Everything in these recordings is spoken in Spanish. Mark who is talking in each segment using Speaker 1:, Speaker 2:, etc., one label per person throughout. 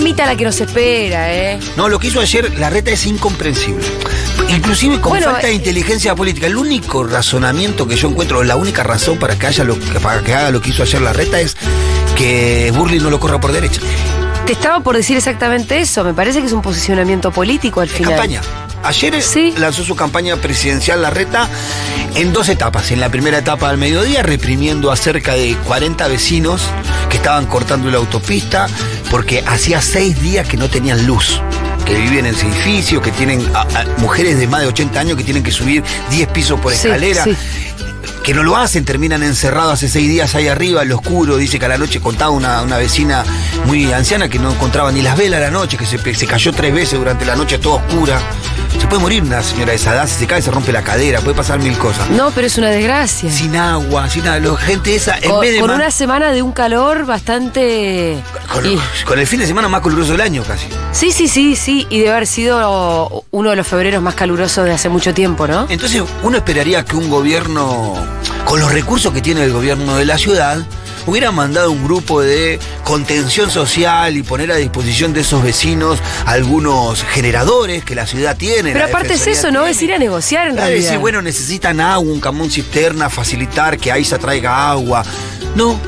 Speaker 1: guita la que nos espera, ¿eh?
Speaker 2: No, lo que hizo ayer la reta es incomprensible. Inclusive con
Speaker 1: Bueno,
Speaker 2: falta de
Speaker 1: eh,
Speaker 2: inteligencia política. El único razonamiento que yo encuentro, la única razón para que, haya lo, que- para que haga lo que hizo ayer la reta es que Burley no lo corra por derecha.
Speaker 1: Te estaba por decir exactamente eso. Me parece que es un posicionamiento político al final.
Speaker 2: Campaña. Ayer
Speaker 1: Sí.
Speaker 2: lanzó su campaña presidencial la reta en dos etapas. En la primera etapa al mediodía, reprimiendo a cerca de 40 vecinos que estaban cortando la autopista porque hacía seis días que no tenían luz. Que viven en ese edificio, que tienen a- a mujeres de más de 80 años que tienen que subir 10 pisos por
Speaker 1: Sí,
Speaker 2: escalera
Speaker 1: sí.
Speaker 2: que no lo hacen, terminan encerrados hace seis días ahí arriba, en lo oscuro. Dice que a la noche contaba una, una vecina muy anciana que no encontraba ni las velas a la noche, que se, pe- se cayó tres veces durante la noche, toda oscura. Se puede morir una señora de esa edad, si se cae se rompe la cadera, puede pasar mil cosas.
Speaker 1: No, pero es una desgracia.
Speaker 2: Sin agua, sin nada. La gente esa, en
Speaker 1: con
Speaker 2: vez de.
Speaker 1: con
Speaker 2: ma-
Speaker 1: una semana de un calor bastante.
Speaker 2: con-
Speaker 1: y-
Speaker 2: con el fin de semana más caluroso del año casi.
Speaker 1: Sí, sí, sí, sí. Y de haber sido uno de los febreros más calurosos de hace mucho tiempo, ¿no?
Speaker 2: Entonces uno esperaría que un gobierno, con los recursos que tiene el gobierno de la ciudad, hubiera mandado un grupo de contención social y poner a disposición de esos vecinos algunos generadores que la ciudad tiene.
Speaker 1: Pero
Speaker 2: la
Speaker 1: aparte es
Speaker 2: Defensoría
Speaker 1: eso, ¿no?
Speaker 2: tiene.
Speaker 1: Es ir a negociar en
Speaker 2: Claro,
Speaker 1: realidad.
Speaker 2: decir, bueno, necesitan agua, un camón cisterna, facilitar que AISA traiga agua. No,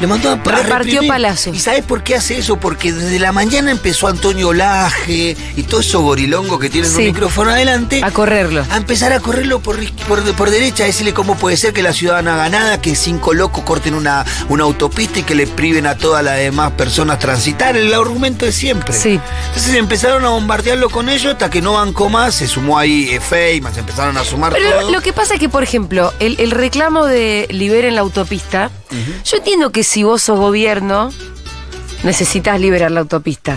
Speaker 2: le mandó a para
Speaker 1: Repartió
Speaker 2: reprimir.
Speaker 1: palazos.
Speaker 2: ¿Y sabes por qué hace eso? Porque desde la mañana empezó Antonio Laje y todo eso gorilongo que tienen un
Speaker 1: Sí.
Speaker 2: micrófono adelante
Speaker 1: A correrlo.
Speaker 2: a empezar a correrlo por, por, por derecha, a decirle cómo puede ser que la ciudad no haga nada, que cinco locos corten una, una autopista y que le priven a todas las demás personas transitar, el argumento de siempre.
Speaker 1: Sí.
Speaker 2: Entonces empezaron a bombardearlo con ellos hasta que no bancó más, se sumó ahí eh, Feynman, se empezaron a sumar
Speaker 1: Pero
Speaker 2: todos.
Speaker 1: lo que pasa es que, por ejemplo, el, el reclamo de liberen la autopista, yo entiendo que si vos sos gobierno, necesitas liberar la autopista.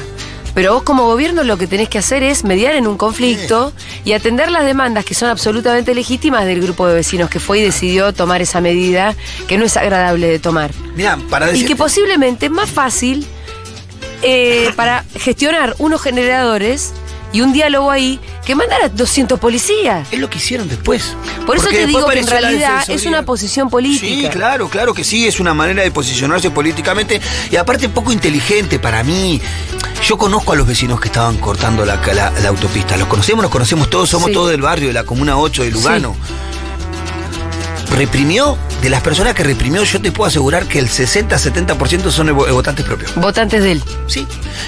Speaker 1: Pero vos como gobierno lo que tenés que hacer es mediar en un conflicto y atender las demandas que son absolutamente legítimas del grupo de vecinos que fue y decidió tomar esa medida que no es agradable de tomar.
Speaker 2: Mirá, para
Speaker 1: Y
Speaker 2: decir...
Speaker 1: que posiblemente es más fácil eh, para gestionar unos generadores y un diálogo ahí que mandar a 200 policías.
Speaker 2: Es lo que hicieron después.
Speaker 1: Por eso
Speaker 2: Porque
Speaker 1: te
Speaker 2: después
Speaker 1: digo que en
Speaker 2: apareció la
Speaker 1: realidad es
Speaker 2: Defensoría.
Speaker 1: una posición política.
Speaker 2: Sí, claro, claro que sí, es una manera de posicionarse políticamente y aparte poco inteligente para mí. Yo conozco a los vecinos que estaban cortando la, la- la autopista, los conocemos, los conocemos todos, somos
Speaker 1: Sí.
Speaker 2: todos del barrio, de la Comuna 8 de Lugano. Reprimió, de las personas que reprimió, yo te puedo asegurar que el 60-70% son vo- votantes propios.
Speaker 1: Votantes de él.
Speaker 2: Sí,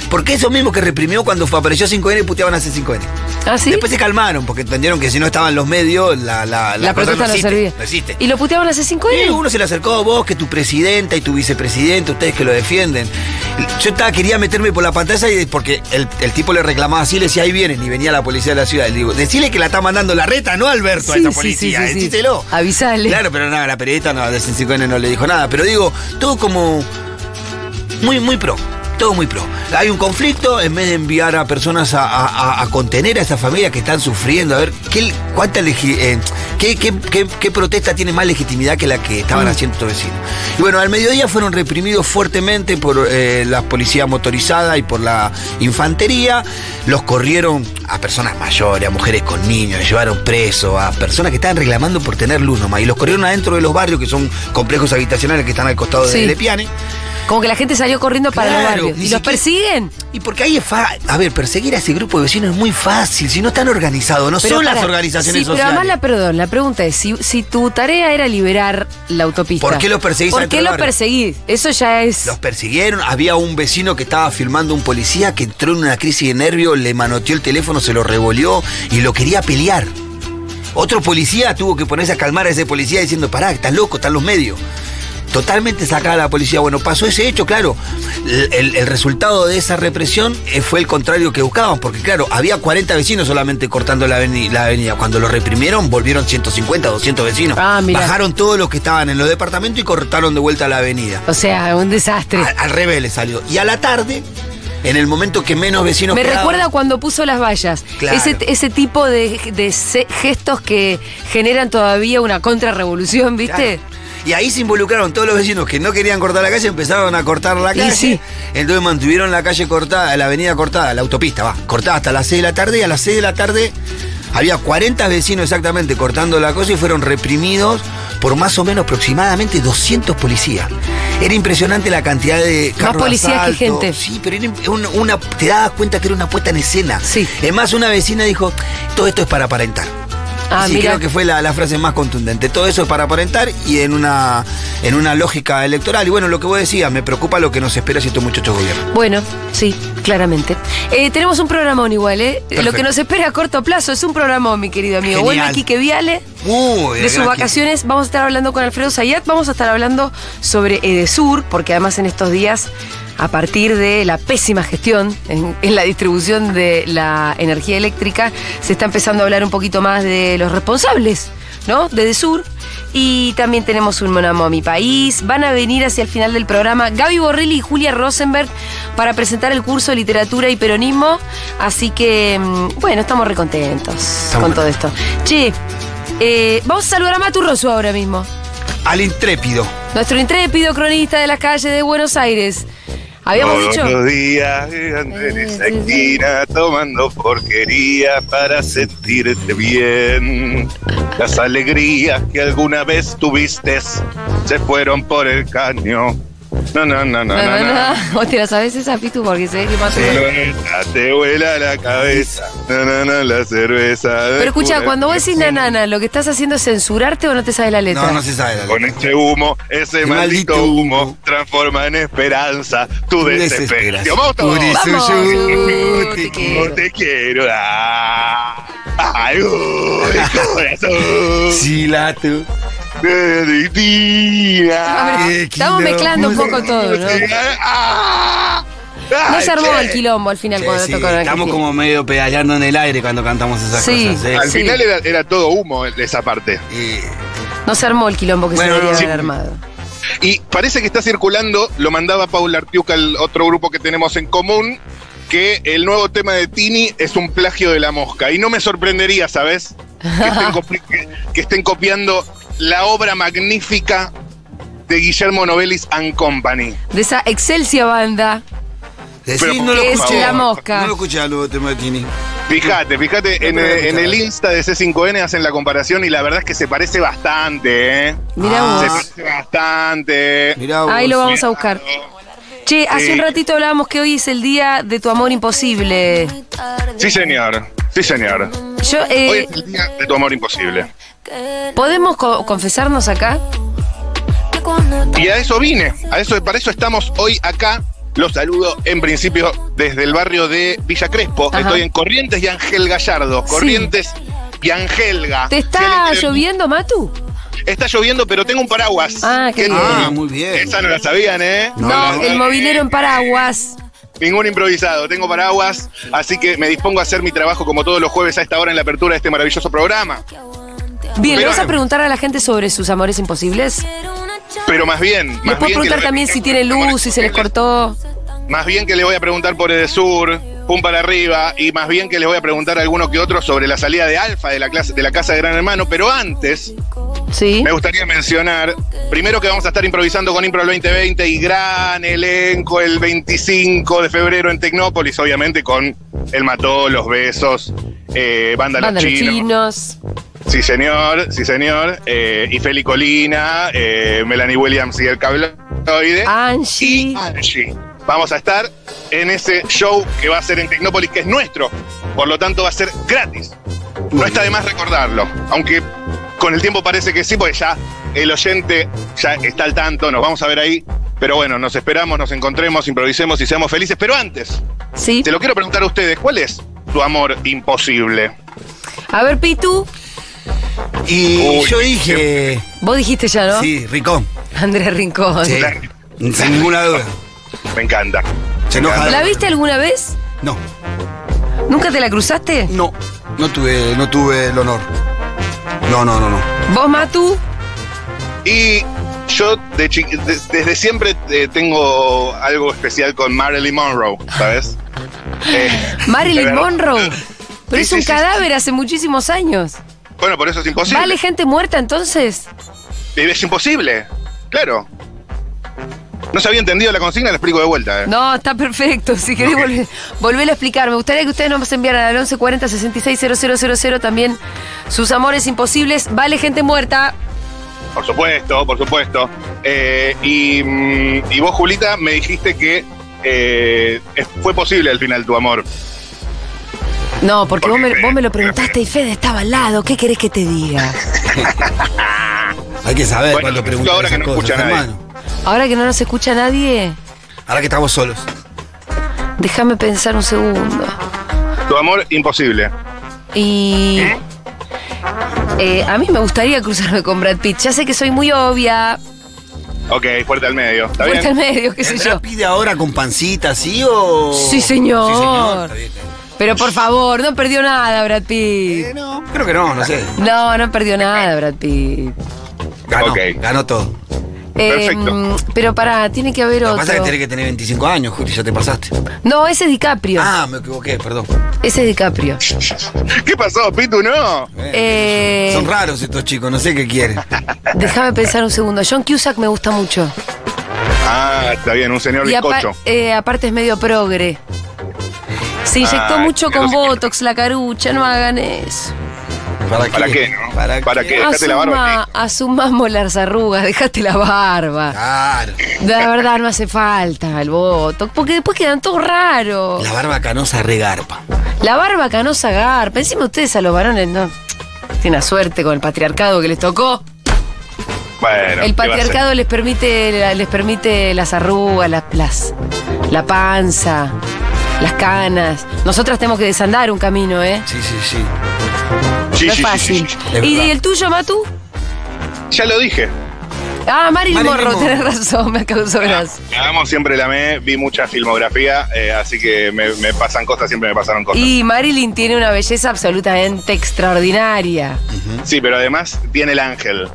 Speaker 2: porque eso mismo que reprimió cuando fue- apareció 5N y puteaban hace 5N.
Speaker 1: ¿Ah, sí?
Speaker 2: Después se calmaron porque entendieron que si no estaban los medios, la, la,
Speaker 1: la protesta no,
Speaker 2: existe,
Speaker 1: servía.
Speaker 2: No existe.
Speaker 1: ¿Y lo puteaban hace cinco
Speaker 2: Sí,
Speaker 1: años?
Speaker 2: uno se le acercó a vos, que tu presidenta y tu vicepresidente, ustedes que lo defienden. Yo estaba, quería meterme por la pantalla y porque el, el tipo le reclamaba así, le decía, ahí vienen, y venía la policía de la ciudad. Le digo, decile que la está mandando la reta, no Alberto, a
Speaker 1: Sí,
Speaker 2: esa
Speaker 1: sí,
Speaker 2: policía,
Speaker 1: sí, sí, sí.
Speaker 2: decítelo.
Speaker 1: Avisale.
Speaker 2: Claro, pero nada, la periodista no, de 5N no le dijo nada. Pero digo, todo como muy, muy pro. Todo muy pro. Hay un conflicto, en vez de enviar a personas a, a- a- a contener a esas familias que están sufriendo, a ver qué, cuánta legi- eh, qué, qué- qué- qué protesta tiene más legitimidad que la que estaban haciendo estos vecinos. Y bueno, al mediodía fueron reprimidos fuertemente por eh, la policía motorizada y por la infantería. Los corrieron a personas mayores, a mujeres con niños, les llevaron presos, a personas que estaban reclamando por tener luz nomás. Y los corrieron adentro de los barrios, que son complejos habitacionales que están al costado
Speaker 1: Sí.
Speaker 2: de Lepiane.
Speaker 1: Como que la gente salió corriendo para los
Speaker 2: Claro,
Speaker 1: barrios.
Speaker 2: ni
Speaker 1: ¿Y los
Speaker 2: siquiera-
Speaker 1: persiguen?
Speaker 2: Y porque ahí es fácil. A ver, perseguir a ese grupo de vecinos es muy fácil. Si no están organizados, no
Speaker 1: Pero
Speaker 2: son las
Speaker 1: pará.
Speaker 2: organizaciones
Speaker 1: sí,
Speaker 2: sociales.
Speaker 1: Pero además, la, perdón, la pregunta es: si, si tu tarea era liberar la autopista.
Speaker 2: ¿Por qué lo perseguís
Speaker 1: ¿Por
Speaker 2: adentro
Speaker 1: qué
Speaker 2: del
Speaker 1: lo
Speaker 2: barrio?
Speaker 1: perseguís? Eso ya es.
Speaker 2: Los persiguieron. Había un vecino que estaba filmando un policía que entró en una crisis de nervio, le manoteó el teléfono, se lo revolvió y lo quería pelear. Otro policía tuvo que ponerse a calmar a ese policía diciendo, pará, estás loco, están los medios. Totalmente sacada la policía. Bueno, pasó ese hecho, claro. El, el- el resultado de esa represión eh, fue el contrario que buscaban, porque claro, había 40 vecinos solamente cortando la, aveni- la avenida. Cuando los reprimieron, volvieron 150, 200 vecinos.
Speaker 1: Ah, mirá.
Speaker 2: Bajaron todos los que estaban en los departamentos y cortaron de vuelta la avenida.
Speaker 1: O sea, un desastre.
Speaker 2: Al, al revés le salió. Y a la tarde, en el momento que menos vecinos
Speaker 1: Me
Speaker 2: quedaban,
Speaker 1: recuerda cuando puso las vallas.
Speaker 2: Claro.
Speaker 1: Ese, ese tipo de, de se- gestos que generan todavía una contrarrevolución, ¿viste?
Speaker 2: Claro. Y ahí se involucraron todos los vecinos que no querían cortar la calle, empezaron a cortar la
Speaker 1: Y
Speaker 2: calle.
Speaker 1: sí.
Speaker 2: Entonces mantuvieron la calle cortada, la avenida cortada, la autopista, va, cortada hasta las 6 de la tarde. Y a las 6 de la tarde había 40 vecinos exactamente cortando la cosa y fueron reprimidos por más o menos aproximadamente 200 policías. Era impresionante la cantidad de
Speaker 1: Más
Speaker 2: carros de
Speaker 1: policías que
Speaker 2: asalto.
Speaker 1: gente.
Speaker 2: Sí, pero era un- una, te dabas cuenta que era una puesta en escena.
Speaker 1: Sí.
Speaker 2: Es más, una vecina dijo, todo esto es para aparentar.
Speaker 1: Ah,
Speaker 2: sí,
Speaker 1: mira.
Speaker 2: creo que fue la, la frase más contundente. Todo eso es para aparentar y en una, en una lógica electoral. Y bueno, lo que vos decías, me preocupa lo que nos espera si estos muchachos gobiernan.
Speaker 1: Bueno, sí, claramente. Eh, tenemos un programón igual, ¿eh? Lo que
Speaker 2: Perfecto.
Speaker 1: nos espera a corto plazo es un programón, mi querido amigo.
Speaker 2: Genial.
Speaker 1: Vuelve Quique Viale.
Speaker 2: Uy,
Speaker 1: De sus
Speaker 2: aquí.
Speaker 1: vacaciones vamos a estar hablando con Alfredo Zayat, vamos a estar hablando sobre Edesur, porque además en estos días, a partir de la pésima gestión en, en la distribución de la energía eléctrica, se está empezando a hablar un poquito más de los responsables, ¿no? De Edesur. Y también tenemos un Monamo a mi país. Van a venir hacia el final del programa Gaby Borrelli y Julia Rosenberg para presentar el curso de literatura y peronismo. Así que, mm, bueno, estamos recontentos con
Speaker 2: contentos.
Speaker 1: todo esto. Che, eh, vamos a saludar a Matu Rosu ahora mismo,
Speaker 2: Al intrépido.
Speaker 1: nuestro intrépido cronista de las calles de Buenos Aires. Habíamos
Speaker 3: Todos
Speaker 1: dicho. Eh,
Speaker 3: los días antes en esa esquina tomando porquería para sentirte bien. Las alegrías que alguna vez tuviste se fueron por el caño. No, no, no, no,
Speaker 1: No, no,
Speaker 3: no.
Speaker 1: no.
Speaker 3: no.
Speaker 1: Vos te la sabés esa, Pitu, porque se ve que Matu.
Speaker 3: Nana, Te vuela la cabeza. No, no, no, la cerveza.
Speaker 1: Pero escucha, cuando vos decís nanana, ¿lo que estás haciendo es censurarte o no te sabes la letra?
Speaker 2: No, no se sabe. la
Speaker 3: Con
Speaker 2: letra.
Speaker 3: este humo, ese
Speaker 2: El
Speaker 3: maldito,
Speaker 2: maldito
Speaker 3: humo,
Speaker 2: humo.
Speaker 3: transforma en esperanza tu
Speaker 2: Desesperación.
Speaker 3: desesperación. ¡Moto!
Speaker 2: Puris-
Speaker 1: Vamos,
Speaker 2: Suyu,
Speaker 1: uh,
Speaker 2: te
Speaker 1: te
Speaker 3: No
Speaker 1: quiero.
Speaker 3: te quiero dar. Ay, uy, corazón.
Speaker 2: Sí, la tu-
Speaker 3: de
Speaker 1: Ah,
Speaker 3: Divina.
Speaker 1: pero
Speaker 2: Qué
Speaker 1: Estamos
Speaker 2: quilombo.
Speaker 1: mezclando un poco todo, ¿no?
Speaker 3: Ah,
Speaker 1: No
Speaker 3: ay,
Speaker 1: se armó
Speaker 3: che.
Speaker 1: el quilombo al final
Speaker 2: Che,
Speaker 1: cuando
Speaker 2: sí,
Speaker 1: tocó la
Speaker 2: estamos como medio pedaleando en el aire cuando cantamos esas
Speaker 1: Sí.
Speaker 2: cosas. ¿eh?
Speaker 3: Al
Speaker 1: Sí.
Speaker 3: final era, era todo humo esa parte.
Speaker 2: Y-
Speaker 1: No se armó el quilombo que
Speaker 2: Bueno,
Speaker 1: se debería
Speaker 2: sí.
Speaker 1: haber armado.
Speaker 3: Y parece que está circulando, lo mandaba Paula Artiuca al otro grupo que tenemos en común, que el nuevo tema de Tini es un plagio de la mosca. Y no me sorprendería, ¿sabes? Que estén, copi- que- que estén copiando la obra magnífica de Guillermo Novelis and Company.
Speaker 1: De esa excelsia banda.
Speaker 2: Decí,
Speaker 3: Pero,
Speaker 2: no lo
Speaker 1: ¿qué es
Speaker 2: escuché.
Speaker 1: la mosca?
Speaker 2: No lo escuché al nuevo tema de Tini.
Speaker 3: Fíjate, fíjate, en,
Speaker 2: No, no,
Speaker 3: el- en
Speaker 2: no.
Speaker 3: el Insta de C5N hacen la comparación y la verdad es que se parece bastante, ¿eh?
Speaker 1: Mirá
Speaker 2: Ah,
Speaker 3: Se
Speaker 1: vos.
Speaker 3: parece bastante.
Speaker 2: Mirá vos.
Speaker 1: Ahí lo vamos a buscar. Che, hace un ratito hablábamos que hoy es el día de tu amor imposible.
Speaker 3: Sí, señor. Sí, señor.
Speaker 1: Yo, eh,
Speaker 3: Hoy es el día de tu amor imposible.
Speaker 1: ¿Podemos co- confesarnos acá?
Speaker 3: Y a eso vine, a eso, para eso estamos hoy acá. Los saludo en principio desde el barrio de Villa Crespo.
Speaker 1: Ajá.
Speaker 3: Estoy en Corrientes y Ángel Gallardo.
Speaker 1: Sí.
Speaker 3: Corrientes y Angelga.
Speaker 1: ¿Te está
Speaker 3: Sí, el- el-
Speaker 1: lloviendo, Matu?
Speaker 3: Está lloviendo, pero tengo un paraguas.
Speaker 1: Ah, qué bien.
Speaker 2: Ah, muy bien.
Speaker 3: Esa no la sabían, ¿eh?
Speaker 1: No,
Speaker 3: la-
Speaker 1: el mobilero en paraguas.
Speaker 3: Ningún improvisado, tengo paraguas, así que me dispongo a hacer mi trabajo como todos los jueves a esta hora en la apertura de este maravilloso programa.
Speaker 1: Bien, ¿le
Speaker 3: Pero-
Speaker 1: vas a preguntar a la gente sobre sus amores imposibles?
Speaker 3: Pero más bien, más
Speaker 1: Les puedo
Speaker 3: bien que
Speaker 1: preguntar
Speaker 3: le-
Speaker 1: también si tiene luz, si se les cortó.
Speaker 3: Más bien que le voy a preguntar por el sur, pum para arriba, y más bien que les voy a preguntar alguno que otro sobre la salida de Alfa de la, clase, de la casa de Gran Hermano, pero antes
Speaker 1: Sí.
Speaker 3: me gustaría mencionar, primero que vamos a estar improvisando con Impro el 2020 y gran elenco el 25 de febrero en Tecnópolis, obviamente con El Mató, Los Besos, eh, Banda,
Speaker 1: Banda
Speaker 3: Los
Speaker 1: Los
Speaker 3: Chinos.
Speaker 1: Chinos.
Speaker 3: Sí, señor, sí, señor, eh, y Feli Colina, eh, Melanie Williams y El Cabloide
Speaker 1: Ah,
Speaker 3: y
Speaker 1: Angie.
Speaker 3: Angie. Vamos a estar en ese show que va a ser en Tecnópolis, que es nuestro. Por lo tanto, va a ser gratis. No está de más recordarlo. Aunque con el tiempo parece que sí, porque ya el oyente ya está al tanto, nos vamos a ver ahí. Pero bueno, nos esperamos, nos encontremos, improvisemos y seamos felices. Pero antes,
Speaker 1: Sí.
Speaker 3: te lo quiero preguntar a ustedes, ¿cuál es tu amor imposible?
Speaker 1: A ver, Pitu.
Speaker 2: Y
Speaker 3: Uy,
Speaker 2: yo dije.
Speaker 1: Vos dijiste ya, ¿no?
Speaker 2: Sí, Ricón.
Speaker 1: Andrés Rincón.
Speaker 2: Sí.
Speaker 3: Claro.
Speaker 2: Sin ninguna duda.
Speaker 3: Me encanta.
Speaker 2: Se enoja.
Speaker 1: ¿La viste alguna vez?
Speaker 2: No,
Speaker 1: ¿Nunca te la cruzaste?
Speaker 2: no. No tuve, no tuve el honor. No, no, no, no.
Speaker 1: ¿Vos, Matu?
Speaker 3: Y yo de chi- de- desde siempre eh, tengo algo especial con Marilyn Monroe, ¿sabes? Eh,
Speaker 1: Marilyn
Speaker 3: ¿verdad?
Speaker 1: Monroe. Pero
Speaker 3: Sí,
Speaker 1: es
Speaker 3: sí,
Speaker 1: un
Speaker 3: sí,
Speaker 1: cadáver hace muchísimos años.
Speaker 3: Bueno, por eso es imposible.
Speaker 1: ¿Vale gente muerta entonces?
Speaker 3: Eh, Es imposible, claro. No se había entendido la consigna, la explico de vuelta. eh.
Speaker 1: No, está perfecto. Si querés
Speaker 3: Ok.
Speaker 1: volver, volver a explicar. Me gustaría que ustedes nos enviaran al 1140 66 000 también sus amores imposibles. Vale gente muerta.
Speaker 3: Por supuesto, por supuesto. Eh, y, mm, y vos, Julita, me dijiste que eh, es- fue posible al final tu amor.
Speaker 1: No, porque vos
Speaker 3: Porque
Speaker 1: me,
Speaker 3: Fede-
Speaker 1: vos me lo preguntaste y Fede estaba al lado. ¿Qué querés que te diga?
Speaker 2: Hay que saber
Speaker 3: Bueno,
Speaker 2: cuando
Speaker 3: yo
Speaker 2: preguntar
Speaker 3: ahora
Speaker 2: esas
Speaker 3: que no
Speaker 2: cosas,
Speaker 3: escucha a nadie.
Speaker 2: hermano.
Speaker 1: Ahora que no nos escucha nadie,
Speaker 2: Ahora que estamos solos.
Speaker 1: déjame pensar un segundo.
Speaker 3: Tu amor imposible.
Speaker 1: Y. eh, a mí me gustaría cruzarme con Brad Pitt. Ya sé que soy muy obvia.
Speaker 3: Ok, fuerte al medio. ¿Está bien?
Speaker 1: Vuelta al medio, qué sé yo.
Speaker 2: ¿Entra pide ahora con pancita, sí o...?
Speaker 1: Sí, señor.
Speaker 2: Sí, señor. Está bien, está bien.
Speaker 1: Pero por favor, no perdió nada Brad Pitt.
Speaker 2: Eh, no, creo que no, no sé.
Speaker 1: No, no perdió nada Brad Pitt.
Speaker 2: Ganó,
Speaker 3: Ok.
Speaker 2: ganó todo.
Speaker 1: Eh,
Speaker 3: Perfecto.
Speaker 1: pero pará, tiene que haber
Speaker 2: Lo que
Speaker 1: otro.
Speaker 2: pasa es que tenés que tener 25 años, Juli, ya te pasaste.
Speaker 1: No, ese es DiCaprio.
Speaker 2: Ah, me equivoqué, perdón.
Speaker 1: Ese es DiCaprio.
Speaker 3: ¿Qué pasó, Pitu? No.
Speaker 1: Eh,
Speaker 2: Son raros estos chicos, no sé qué quieren.
Speaker 1: déjame pensar un segundo. John Cusack me gusta mucho.
Speaker 3: Ah, está bien, un señor
Speaker 1: Y apa-
Speaker 3: bizcocho.
Speaker 1: eh, aparte es medio progre. Se inyectó
Speaker 3: Ay,
Speaker 1: mucho
Speaker 3: pero
Speaker 1: con
Speaker 3: sí que-
Speaker 1: botox, la carucha, no hagan eso.
Speaker 2: ¿Para
Speaker 3: ¿Para qué, no?
Speaker 2: ¿Para,
Speaker 3: ¿Para
Speaker 2: qué?
Speaker 3: qué? Dejate la barba,
Speaker 1: Asuma- asumamos las arrugas, dejate la barba.
Speaker 2: Claro.
Speaker 1: La verdad no hace falta el botox, porque después quedan todos raros.
Speaker 2: La barba canosa regarpa.
Speaker 1: La barba canosa garpa. Encima ustedes a los varones, ¿no? Tienen suerte con el patriarcado que les tocó. el
Speaker 3: Bueno, ¿qué va a hacer?
Speaker 1: patriarcado les permite, la- les permite las arrugas, las, las- la panza, las canas. Nosotras tenemos que desandar un camino, ¿eh?
Speaker 2: Sí, sí, sí.
Speaker 3: Sí,
Speaker 1: no es
Speaker 3: sí, sí, sí,
Speaker 1: fácil.
Speaker 3: sí.
Speaker 2: Es
Speaker 1: ¿Y
Speaker 2: verdad.
Speaker 1: el tuyo, Matu?
Speaker 3: Ya lo dije.
Speaker 1: Ah, Marilyn
Speaker 2: Marilyn
Speaker 1: Monroe,
Speaker 2: Monroe.
Speaker 1: tenés razón, me
Speaker 3: Ah,
Speaker 1: causó gracia.
Speaker 3: La amo, siempre la amé, vi mucha filmografía, eh, así que me, me pasan cosas, siempre me pasaron cosas.
Speaker 1: Y Marilyn tiene una belleza absolutamente extraordinaria.
Speaker 3: Sí, pero además tiene el ángel.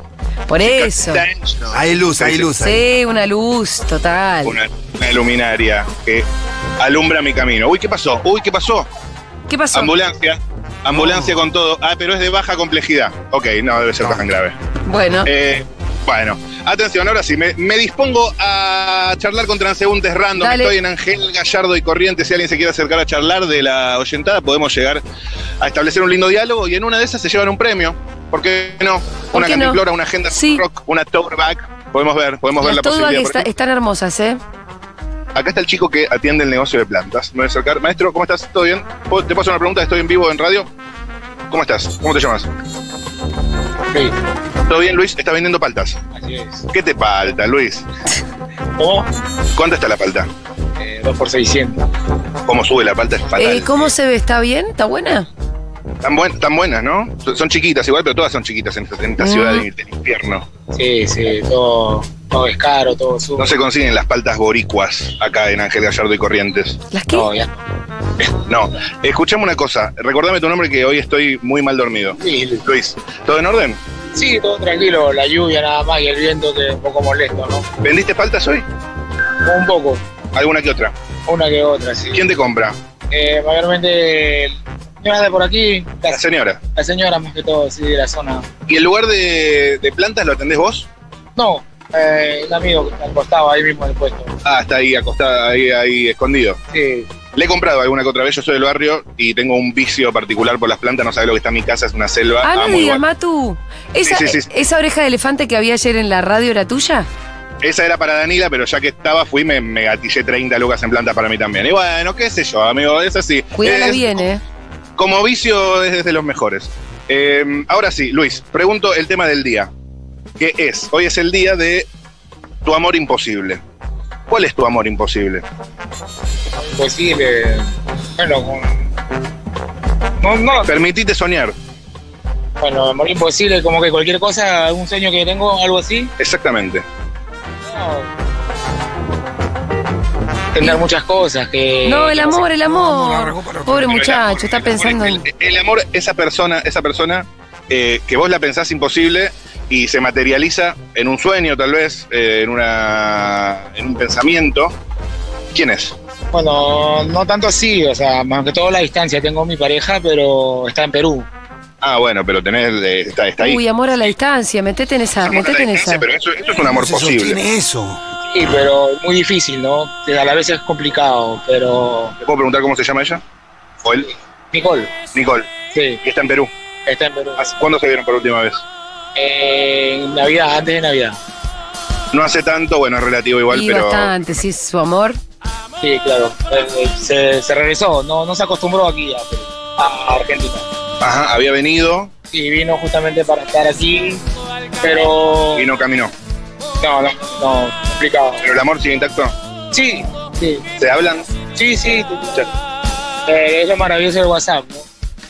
Speaker 1: Por eso.
Speaker 3: Está en- no,
Speaker 2: Hay luz, hay luz. ahí.
Speaker 1: Sí, una luz total.
Speaker 3: Una, una luminaria que alumbra mi camino. Uy, ¿qué pasó? Uy, ¿qué pasó?
Speaker 1: ¿Qué pasó?
Speaker 3: Ambulancia.
Speaker 1: Oh.
Speaker 3: Ambulancia con todo. Ah, pero es de baja complejidad. Ok, no debe ser
Speaker 2: No.
Speaker 3: tan grave.
Speaker 1: Bueno,
Speaker 3: Eh, bueno, atención, ahora sí, me, me dispongo a charlar con transeúntes random.
Speaker 1: Dale.
Speaker 3: Estoy en Ángel Gallardo y Corrientes. Si alguien se quiere acercar a charlar de la oyentada, podemos llegar a establecer un lindo diálogo y en una de esas se llevan un premio. ¿Por qué no?
Speaker 1: ¿Por
Speaker 3: una
Speaker 1: qué no?
Speaker 3: cantimplora, una agenda
Speaker 1: Sí.
Speaker 3: rock, una tour back. Podemos ver, podemos ver
Speaker 1: las
Speaker 3: la
Speaker 1: todas que
Speaker 3: posibilidad.
Speaker 1: está-
Speaker 3: Por ejemplo,
Speaker 1: están hermosas, ¿eh?
Speaker 3: Acá está el chico que atiende el negocio de plantas. Me voy a acercar. Maestro, ¿cómo estás? ¿Todo bien? ¿Puedo- Te paso una pregunta, estoy en vivo en radio. ¿Cómo estás? ¿Cómo te llamas?
Speaker 4: Sí,
Speaker 3: ¿Todo bien, Luis? Está vendiendo paltas.
Speaker 4: así es.
Speaker 3: ¿Qué te falta, Luis?
Speaker 4: ¿Cómo?
Speaker 3: ¿Cuánto está la palta?
Speaker 4: 2 Eh, por 600.
Speaker 3: cómo sube la palta es fatal.
Speaker 1: Eh, ¿Cómo se ve? ¿Está bien? ¿Está buena?
Speaker 3: Tan, buen- tan buenas, ¿no? Son- Son chiquitas igual, pero todas son chiquitas en, esta- en esta
Speaker 1: Mm.
Speaker 3: ciudad del, del infierno.
Speaker 4: Sí, sí, todo, todo es caro, todo sube.
Speaker 3: No se consiguen las paltas boricuas acá en Ángel Gallardo y Corrientes.
Speaker 1: ¿Las qué?
Speaker 4: No, ya.
Speaker 3: No. Escuchame una cosa. Recordame tu nombre que hoy estoy muy mal dormido.
Speaker 4: Sí,
Speaker 3: Luis, ¿todo en orden?
Speaker 4: sí, todo tranquilo, la lluvia nada más y el viento que es un poco molesto, ¿no?
Speaker 3: ¿Vendiste paltas hoy?
Speaker 4: Un poco,
Speaker 3: ¿Alguna que otra?
Speaker 4: una que otra, sí.
Speaker 3: ¿Quién te compra?
Speaker 4: Eh, mayormente, señoras de por aquí,
Speaker 3: La
Speaker 4: las,
Speaker 3: señora.
Speaker 4: las señoras más que todo, sí, de la zona.
Speaker 3: ¿Y el lugar de, de plantas lo atendés vos?
Speaker 4: No, eh, un amigo que me costaba ahí mismo en el puesto.
Speaker 3: Ah, está ahí acostada, ahí, ahí escondido.
Speaker 4: Sí,
Speaker 3: Le he comprado alguna que otra vez. Yo soy del barrio y tengo un vicio particular por las plantas. No sabe lo que está en mi casa, es una selva.
Speaker 1: Ah, no
Speaker 3: Amo
Speaker 1: digas,
Speaker 3: igual.
Speaker 1: Matu. ¿Esa,
Speaker 3: Sí, sí, sí.
Speaker 1: ¿Esa oreja de elefante que había ayer en la radio era tuya?
Speaker 3: Esa era para Danila, pero ya que estaba, fui, me, me gatillé 30 lucas en planta para mí también. Y bueno, qué sé yo, amigo, es así.
Speaker 1: Cuídala
Speaker 3: Es-
Speaker 1: bien, ¿eh?
Speaker 3: Como vicio es de los mejores. Eh, ahora sí, Luis, pregunto el tema del día. ¿Qué es? Hoy es el día de tu amor imposible. ¿Cuál es tu amor imposible?
Speaker 4: imposible. Bueno, con... No, no,
Speaker 3: Permitite soñar.
Speaker 4: Bueno, amor imposible, como que cualquier cosa, un sueño que tengo, algo así.
Speaker 3: Exactamente.
Speaker 4: no. Tener muchas cosas que.
Speaker 1: No, el amor, el
Speaker 2: No, no, la
Speaker 1: amor.
Speaker 2: arrancó para-
Speaker 1: Pobre
Speaker 3: Pero el amor,
Speaker 1: muchacho, está
Speaker 3: el amor,
Speaker 1: pensando en...
Speaker 3: El, el amor, esa persona, esa persona eh, que vos la pensás imposible y se materializa en un sueño, tal vez, eh, en, una, en un pensamiento. ¿Quién es?
Speaker 4: Bueno, no tanto así, o sea, más que todo la distancia. Tengo mi pareja, pero está en Perú.
Speaker 3: Ah, bueno, pero tenés, eh, está, está ahí.
Speaker 1: Uy, amor a la distancia, metete en esa,
Speaker 3: Amor a la
Speaker 1: metete en
Speaker 3: distancia,
Speaker 1: esa.
Speaker 3: Pero eso, eso es un amor
Speaker 2: ¿Cómo se
Speaker 3: posible.
Speaker 2: sostiene eso?
Speaker 4: Sí, pero muy difícil, ¿no? Que A la vez es complicado, pero.
Speaker 3: ¿Te puedo preguntar cómo se llama ella? ¿O él?
Speaker 4: Nicole,
Speaker 3: Nicole,
Speaker 4: sí,
Speaker 3: que está en Perú.
Speaker 4: está en Perú.
Speaker 3: ¿Hace- ¿Cuándo se vieron por última vez?
Speaker 4: Eh, en Navidad, antes de Navidad.
Speaker 3: No hace tanto, bueno, es relativo igual,
Speaker 1: y
Speaker 3: pero.
Speaker 1: bastante, sí, su amor.
Speaker 4: Sí, claro. Eh, eh, Se, se regresó, no, no se acostumbró aquí a, a Argentina.
Speaker 3: Ajá, había venido
Speaker 4: Y vino justamente para estar aquí, pero.
Speaker 3: y no caminó.
Speaker 4: No, no, no, complicado.
Speaker 3: Pero el amor sigue intacto.
Speaker 4: Sí, sí,
Speaker 3: Se hablan,
Speaker 4: sí, sí.
Speaker 3: Cha-
Speaker 4: Eh, es lo maravilloso del WhatsApp, ¿no?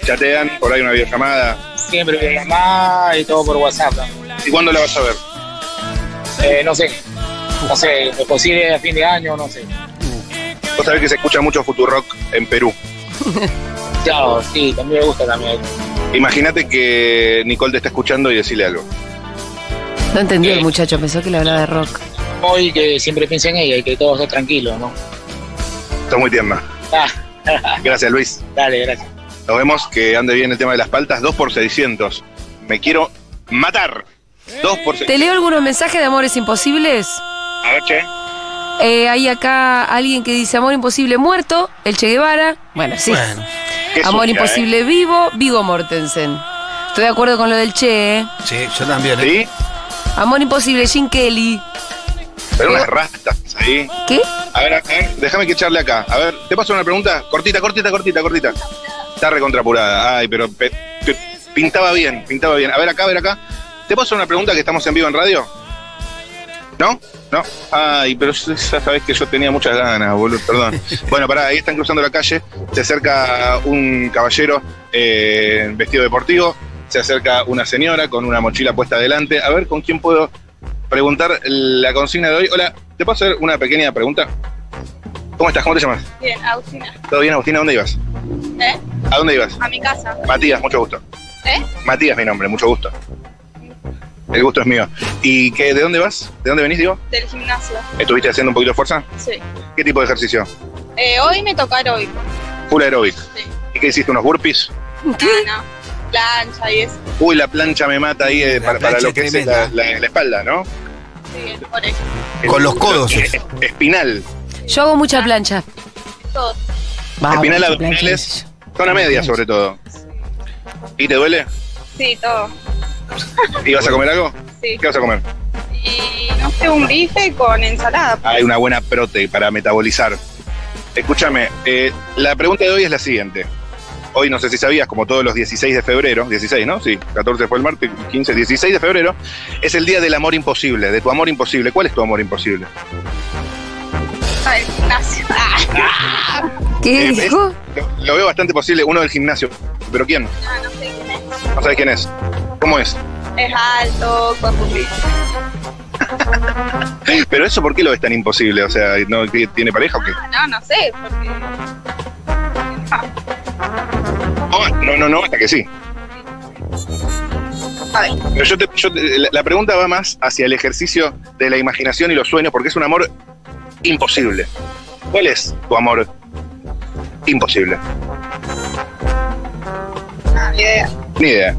Speaker 3: chatean, por ahí una videollamada.
Speaker 4: Siempre videollamada y todo por WhatsApp. ¿no?
Speaker 3: ¿Y cuándo la vas a ver?
Speaker 4: Eh, no sé, no sé, es posible a fin de año, no sé.
Speaker 3: Vos sabés que se escucha mucho Futurock en Perú.
Speaker 4: Chao, sí, también me gusta también.
Speaker 3: Imagínate que Nicole te está escuchando y decirle algo.
Speaker 1: No entendió el
Speaker 4: Sí.
Speaker 1: muchacho, pensó que le hablaba de rock.
Speaker 4: Hoy que siempre pienso en ella y que todo esté tranquilo, ¿no?
Speaker 3: Está muy tierna.
Speaker 4: Ah,
Speaker 3: Gracias, Luis.
Speaker 4: dale, gracias.
Speaker 3: Nos vemos que ande bien el tema de las paltas. 2 por 600. Me quiero matar. 2 por
Speaker 1: Te
Speaker 3: 600.
Speaker 1: leo algunos mensajes de amores imposibles.
Speaker 3: A ver, che.
Speaker 1: Eh, hay acá alguien que dice amor imposible muerto, el Che Guevara. Bueno, sí.
Speaker 2: Bueno,
Speaker 3: Qué
Speaker 1: amor
Speaker 3: sucia, ¿eh?
Speaker 1: imposible vivo, Vigo Mortensen. Estoy de acuerdo con lo del Che, ¿eh?
Speaker 2: sí, yo también.
Speaker 3: ¿eh?
Speaker 2: ¿eh?
Speaker 3: Sí,
Speaker 1: Amor imposible, Jim Kelly.
Speaker 3: pero unas rastas ahí.
Speaker 1: ¿Qué?
Speaker 3: A ver, a ver, déjame que echarle acá. A ver, te paso una pregunta cortita, cortita, cortita, cortita. Está recontrapurada. Ay, pero pe- pe- pintaba bien, pintaba bien. A ver acá, a ver acá. ¿Te paso una pregunta que estamos en vivo en radio? ¿No? No. Ay, pero ya sabés que yo tenía muchas ganas, boludo, perdón. Bueno, pará, ahí están cruzando la calle. Se acerca un caballero eh, vestido deportivo. Se acerca una señora con una mochila puesta adelante. A ver, ¿con quién puedo preguntar la consigna de hoy? Hola, ¿te puedo hacer una pequeña pregunta? ¿Cómo estás? ¿Cómo te llamas?
Speaker 5: Bien, Agustina.
Speaker 3: ¿Todo bien, Agustina? ¿A dónde ibas?
Speaker 5: ¿Eh?
Speaker 3: ¿A dónde ibas?
Speaker 5: A mi casa.
Speaker 3: Matías, mucho gusto.
Speaker 5: ¿Eh?
Speaker 3: Matías, mi nombre, mucho gusto. El gusto es mío. ¿Y qué, de dónde vas? ¿De dónde venís, digo?
Speaker 5: Del gimnasio.
Speaker 3: ¿Estuviste haciendo un poquito de fuerza?
Speaker 5: Sí.
Speaker 3: ¿Qué tipo de ejercicio?
Speaker 5: Eh, hoy me toca aeróbico.
Speaker 3: Full aeróbic.
Speaker 5: Sí.
Speaker 3: ¿Y qué hiciste? ¿Unos burpees?
Speaker 5: Nana, plancha y eso.
Speaker 3: Uy, la plancha me mata ahí eh,
Speaker 2: La
Speaker 3: para, para
Speaker 2: plancha
Speaker 3: lo que
Speaker 2: es
Speaker 3: es la, la- la espalda, ¿no?
Speaker 5: Sí, el core.
Speaker 2: Con los codos.
Speaker 3: Eh, eh, Espinal.
Speaker 1: Yo hago mucha plancha.
Speaker 5: Todo.
Speaker 1: Va,
Speaker 3: Espinal
Speaker 1: mucha plancha,
Speaker 3: abdominales.
Speaker 1: qué sé yo.
Speaker 3: Zona media, sobre todo. ¿Y te duele?
Speaker 5: Sí, todo.
Speaker 3: ¿Y vas a comer algo?
Speaker 5: Sí.
Speaker 3: ¿Qué vas a comer?
Speaker 5: Y no sé, un bife con ensalada.
Speaker 3: Hay una buena prote para metabolizar. Escúchame, eh, la pregunta de hoy es la siguiente. Hoy no sé si sabías, como todos los 16 de febrero, 16, ¿no? Sí, 14 fue el martes, 15, 16 de febrero, es el día del amor imposible, de tu amor imposible. ¿Cuál es tu amor imposible?
Speaker 5: Ah, el gimnasio. Ah,
Speaker 1: ¿Qué
Speaker 3: Eh, ¿ves?
Speaker 1: dijo?
Speaker 3: Lo, lo veo bastante posible, uno del gimnasio. ¿Pero quién?
Speaker 5: ah, no sé quién es.
Speaker 3: No sabes quién es. ¿Cómo es?
Speaker 5: Es alto, cuerpo liso.
Speaker 3: Pero eso, ¿por qué lo ves tan imposible? O sea, ¿no, que ¿tiene pareja o qué?
Speaker 5: Ah, no, no sé, porque. Ah,
Speaker 3: No, no, no, no, hasta que sí.
Speaker 5: a ver.
Speaker 3: Pero yo te- yo te- la- la pregunta va más hacia el ejercicio de la imaginación y los sueños, porque es un amor imposible. ¿Cuál es tu amor imposible?
Speaker 5: Ah, ni idea.
Speaker 3: Ni idea.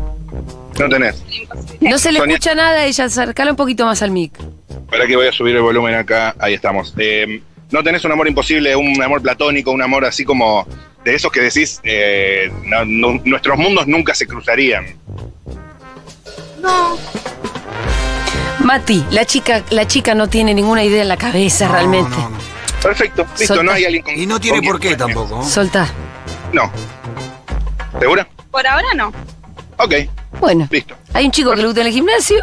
Speaker 3: No tenés.
Speaker 5: Imposible.
Speaker 1: No se le
Speaker 3: Sonia-
Speaker 1: escucha nada, ella acercala un poquito más al mic.
Speaker 3: Para que voy a subir el volumen acá. Ahí estamos. Eh, no tenés un amor imposible, un amor platónico, un amor así como de esos que decís, eh, no- no- nuestros mundos nunca se cruzarían.
Speaker 5: No,
Speaker 1: Mati, la chica, la chica no tiene ninguna idea en la cabeza
Speaker 2: No,
Speaker 1: realmente.
Speaker 2: no, no.
Speaker 3: Perfecto, listo,
Speaker 1: Soltá.
Speaker 3: no hay alguien con
Speaker 2: Y no tiene
Speaker 3: con
Speaker 2: por qué
Speaker 3: quien-
Speaker 2: tampoco. ¿no?
Speaker 1: Soltá.
Speaker 3: No. ¿Segura?
Speaker 5: por ahora no.
Speaker 3: Ok,
Speaker 1: Bueno,
Speaker 3: listo.
Speaker 1: hay un chico que le gusta en el gimnasio.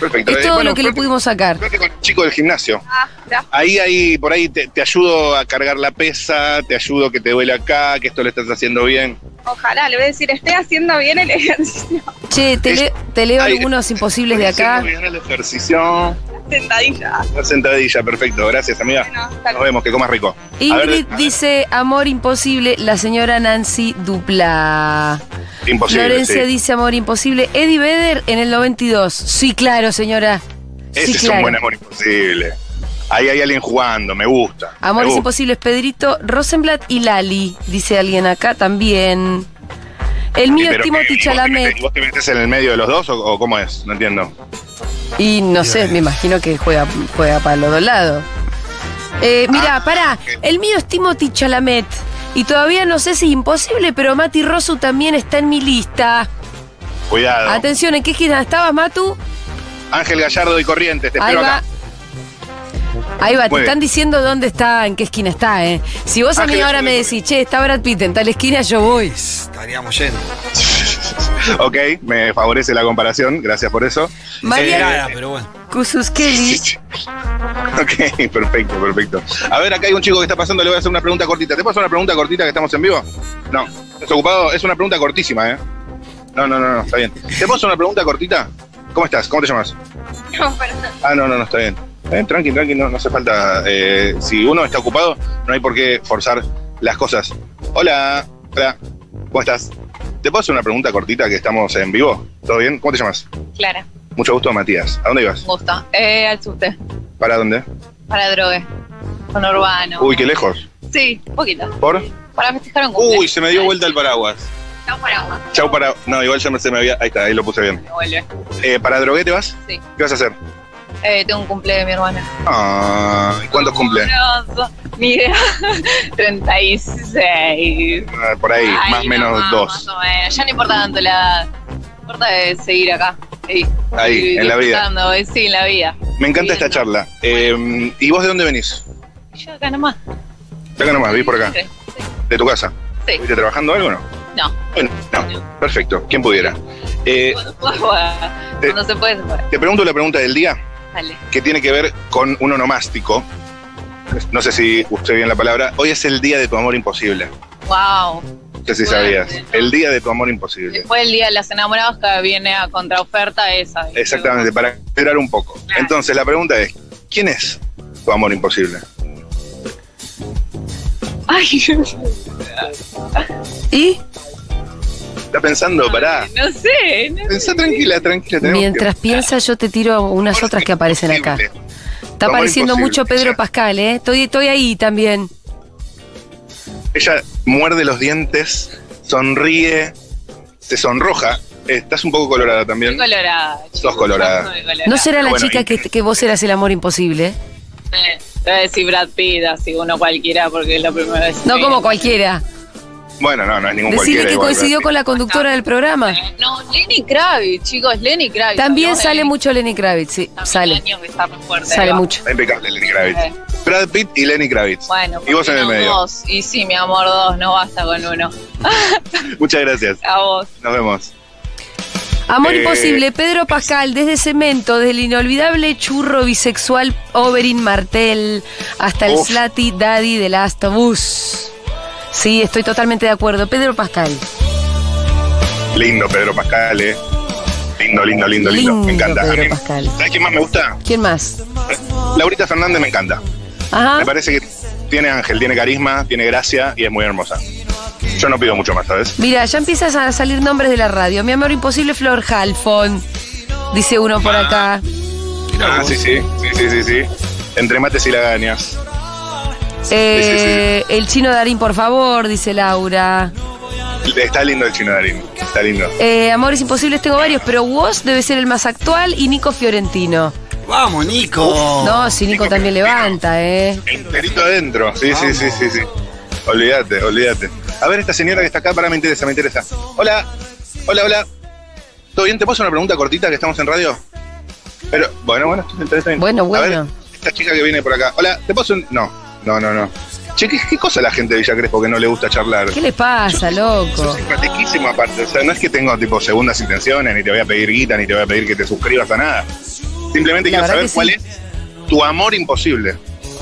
Speaker 3: Perfecto.
Speaker 1: Es
Speaker 3: Eh,
Speaker 1: todo
Speaker 3: bueno,
Speaker 1: lo que le
Speaker 3: suerte-
Speaker 1: pudimos sacar.
Speaker 3: suerte con el chico del gimnasio.
Speaker 5: Ah, gracias.
Speaker 3: Ahí, ahí, por ahí te, te ayudo a cargar la pesa, te ayudo que te duele acá, que esto lo estás haciendo bien.
Speaker 5: Ojalá, le voy a decir, esté haciendo bien el ejercicio.
Speaker 1: Che, te,
Speaker 3: Es-
Speaker 1: le- te leo
Speaker 3: Ay,
Speaker 1: algunos imposibles de
Speaker 3: Estoy haciendo
Speaker 1: acá.
Speaker 3: bien el ejercicio.
Speaker 5: Sentadilla.
Speaker 3: La sentadilla, perfecto. Gracias, amiga.
Speaker 5: Bueno, hasta
Speaker 3: Nos
Speaker 5: luego.
Speaker 3: vemos, que comas rico. A ver,
Speaker 1: Ingrid
Speaker 3: a ver,
Speaker 1: dice amor imposible, la señora Nancy Dupla.
Speaker 3: imposible.
Speaker 1: Florencia
Speaker 3: sí.
Speaker 1: dice amor imposible. Eddie Vedder en el 92. Sí, claro, señora.
Speaker 3: Ese
Speaker 1: sí,
Speaker 3: es
Speaker 1: claro.
Speaker 3: un buen amor imposible. Ahí hay alguien jugando, me gusta. me
Speaker 1: Amores
Speaker 3: gusta.
Speaker 1: imposibles, Pedrito, Rosenblatt y Lali, dice alguien acá también. El mío
Speaker 3: Sí,
Speaker 1: es
Speaker 3: Eh, pero
Speaker 1: Timothy
Speaker 3: ¿qué? ¿Vos te metés-
Speaker 1: Chalamet.
Speaker 3: ¿Vos te metes en el medio de los dos o, o cómo es? No entiendo.
Speaker 1: Y no sé, me imagino que juega, juega para los dos lados. Eh, mirá,
Speaker 3: Ah,
Speaker 1: pará, el mío es Timothy Chalamet. Y todavía no sé si es imposible, pero Mati Rosu también está en mi lista.
Speaker 3: Cuidado.
Speaker 1: Atención, ¿en qué esquina estabas, Matu?
Speaker 3: Ángel Gallardo y Corrientes, te
Speaker 1: Ahí
Speaker 3: espero
Speaker 1: va.
Speaker 3: acá.
Speaker 1: Ahí va, te
Speaker 3: Muy bien. Ah,
Speaker 1: están diciendo dónde está, en qué esquina está, ¿eh? Si vos a mí
Speaker 3: Ángel,
Speaker 1: ahora me
Speaker 3: Ángel.
Speaker 1: decís, che, está Brad Pitt en tal esquina, yo voy.
Speaker 2: Estaríamos yendo.
Speaker 3: Ok, me favorece la comparación, gracias por eso.
Speaker 1: Mariana
Speaker 2: Nada, pero bueno.
Speaker 1: Kusus Kelly.
Speaker 3: Ok, perfecto, perfecto. A ver, acá hay un chico que está pasando, le voy a hacer una pregunta cortita. ¿Te puedo hacer una pregunta cortita que estamos en vivo? No, ¿estás ocupado? Es una pregunta cortísima, ¿eh? No, no, no, no, está bien. ¿Te puedo hacer una pregunta cortita? ¿Cómo estás? ¿Cómo te llamas?
Speaker 5: No, perdón.
Speaker 3: Ah, no, no, no, está bien. Está bien, tranqui, tranqui, no, no hace falta. eh, si uno está ocupado, no hay por qué forzar las cosas. Hola, hola, ¿cómo estás? ¿Te puedo hacer una pregunta cortita que estamos en vivo? ¿Todo bien? ¿Cómo te llamas?
Speaker 5: Clara,
Speaker 3: Mucho gusto, Matías. ¿A dónde ibas?
Speaker 5: gusta. Eh, al subte,
Speaker 3: ¿Para dónde?
Speaker 5: para drogue, con Urbano.
Speaker 3: Uy, qué lejos.
Speaker 5: Sí, un poquito.
Speaker 3: ¿Por?
Speaker 5: Para festejar un cumple.
Speaker 3: Uy, se me dio vuelta el paraguas.
Speaker 5: Chau para agua.
Speaker 3: Chau para. No, igual ya me, se me había. Ahí está, ahí lo puse bien.
Speaker 5: Me vuelve.
Speaker 3: Eh, ¿Para drogué te vas?
Speaker 5: Sí.
Speaker 3: ¿Qué vas a hacer?
Speaker 5: Eh, tengo un cumple de mi hermana.
Speaker 3: Ah, ¿y ¿Cuántos cumplen?
Speaker 5: Amoroso. Mira, 36.
Speaker 3: Ah, Por ahí,
Speaker 5: Ay,
Speaker 3: más o
Speaker 5: no,
Speaker 3: menos
Speaker 5: más,
Speaker 3: dos.
Speaker 5: Más o menos. Ya no importa tanto la edad. Importa de seguir acá. Sí.
Speaker 3: Ahí,
Speaker 5: Y
Speaker 3: en la vida.
Speaker 5: disfrutando, eh, Sí, en la vida.
Speaker 3: Me encanta
Speaker 5: Viviendo.
Speaker 3: esta charla. Eh, ¿Y vos de dónde venís?
Speaker 5: Y Yo acá nomás.
Speaker 3: De acá nomás, vivís por acá.
Speaker 5: Sí.
Speaker 3: De tu casa.
Speaker 5: Sí.
Speaker 3: ¿Viste trabajando algo o no?
Speaker 5: No.
Speaker 3: Bueno, no. Perfecto, quien pudiera. Eh,
Speaker 5: Cuando puedo, juega.
Speaker 3: Te-
Speaker 5: Cuando se puede, se puede.
Speaker 3: te pregunto la pregunta del día,
Speaker 5: Dale.
Speaker 3: que tiene que ver con un onomástico. No sé si usted bien la palabra. Hoy es el día de tu amor imposible.
Speaker 5: Wow.
Speaker 3: No sé si
Speaker 5: Fuerte,
Speaker 3: sabías.
Speaker 5: ¿no?
Speaker 3: El día de tu amor imposible.
Speaker 5: Después del día de las enamoradas que viene a contraoferta esa. ¿viste?
Speaker 3: Exactamente, para aclarar un poco.
Speaker 5: Claro.
Speaker 3: Entonces, la pregunta es, ¿quién es tu amor imposible?
Speaker 5: Ay,
Speaker 1: Y
Speaker 3: Está pensando, pará.
Speaker 5: no sé. no sé.
Speaker 3: Pensá tranquila, tranquila. tenemos
Speaker 1: mientras
Speaker 3: tiempo.
Speaker 1: piensa, yo te tiro unas otras que aparecen acá.
Speaker 3: Imposible.
Speaker 1: Está
Speaker 3: Amor
Speaker 1: apareciendo
Speaker 3: imposible,
Speaker 1: mucho Pedro
Speaker 3: ya.
Speaker 1: Pascal, ¿eh? Estoy, estoy ahí también.
Speaker 3: Ella muerde los dientes, sonríe, se sonroja. Estás un poco colorada también.
Speaker 5: Soy colorada. chicos.
Speaker 3: Sos colorada.
Speaker 5: Yo soy colorada.
Speaker 1: ¿No será la
Speaker 3: Bueno,
Speaker 1: chica
Speaker 3: y-
Speaker 1: que, que vos eras el amor imposible?
Speaker 5: Eh, Te voy a decir Brad Pitt, así uno cualquiera, porque es la primera vez.
Speaker 1: No como cualquiera.
Speaker 3: Bueno, no, no es ningún
Speaker 1: Decirle
Speaker 3: cualquiera.
Speaker 1: que
Speaker 3: igual,
Speaker 1: coincidió
Speaker 3: pero
Speaker 1: con
Speaker 3: sí.
Speaker 1: la conductora del programa.
Speaker 5: Eh, No, Lenny Kravitz, chicos, Lenny Kravitz.
Speaker 1: También
Speaker 5: Hablamos de
Speaker 1: sale
Speaker 5: Lenny
Speaker 1: mucho Lenny Kravitz, sí,
Speaker 5: Kravitz,
Speaker 1: sale.
Speaker 5: años que está re fuerte, ahí
Speaker 1: Sale
Speaker 5: va.
Speaker 1: mucho.
Speaker 3: Está impecable Lenny Kravitz.
Speaker 5: Eh.
Speaker 3: Brad Pitt y Lenny Kravitz.
Speaker 5: Bueno,
Speaker 3: y vos en el
Speaker 5: ¿por qué no
Speaker 3: medio.
Speaker 5: dos? Y sí, mi amor, dos, no basta con uno.
Speaker 3: Muchas gracias.
Speaker 5: A vos.
Speaker 3: Nos vemos.
Speaker 1: Amor
Speaker 3: Eh,
Speaker 1: imposible, Pedro Pascal, desde Cemento, desde el inolvidable churro bisexual Oberyn Martel hasta el
Speaker 3: Uf.
Speaker 1: Slaty Daddy del Astobus. Sí, estoy totalmente de acuerdo. Pedro Pascal.
Speaker 3: Lindo Pedro Pascal, eh. Lindo, lindo, lindo, lindo.
Speaker 1: Lindo
Speaker 3: me encanta. A
Speaker 1: Pedro
Speaker 3: mí-
Speaker 1: Pascal.
Speaker 3: ¿Sabes quién más me gusta?
Speaker 1: ¿Quién más?
Speaker 3: Laurita Fernández me encanta.
Speaker 1: Ajá.
Speaker 3: Me parece que tiene ángel, tiene carisma, tiene gracia y es muy hermosa. Yo no pido mucho más, ¿sabes?
Speaker 1: Mira, ya empiezas a salir nombres de la radio. Mi amor imposible, Flor Halfon. Dice uno por acá.
Speaker 3: Ah, sí, sí, sí, sí, sí, sí. Entre mates y lagañas.
Speaker 1: Eh, El chino Darín, por favor, dice Laura.
Speaker 3: Está lindo el chino Darín, está lindo.
Speaker 1: Eh, Amores imposibles tengo varios, pero Woz debe ser el más actual y Nico Fiorentino.
Speaker 2: Vamos, Nico.
Speaker 1: no, si Nico
Speaker 3: Nico
Speaker 1: también
Speaker 3: Fiorentino.
Speaker 1: levanta, ¿eh?
Speaker 3: Enterito adentro, sí, sí,
Speaker 2: Vamos.
Speaker 3: sí, sí, sí. Olvídate, olvídate. A ver, esta señora que está acá, para, me interesa, me interesa. Hola, hola, hola. ¿Todo bien? ¿Te puedo hacer una pregunta cortita que estamos en radio? Pero, bueno, bueno, esto me interesa bien.
Speaker 1: Bueno,
Speaker 3: A ver,
Speaker 1: bueno.
Speaker 3: esta chica que viene por acá. Hola, ¿te puedo hacer un...? No, no, no, no. Che, ¿qué, qué cosa la gente de Villa Crespo que no le gusta charlar?
Speaker 1: ¿Qué le pasa, loco?
Speaker 3: Simpatiquísimo aparte, o sea, no es que tengo tipo segundas intenciones, ni te voy a pedir guita, ni te voy a pedir que te suscribas a nada. Simplemente
Speaker 1: La verdad
Speaker 3: quiero saber
Speaker 1: que
Speaker 3: cuál
Speaker 1: sí.
Speaker 3: es tu amor imposible.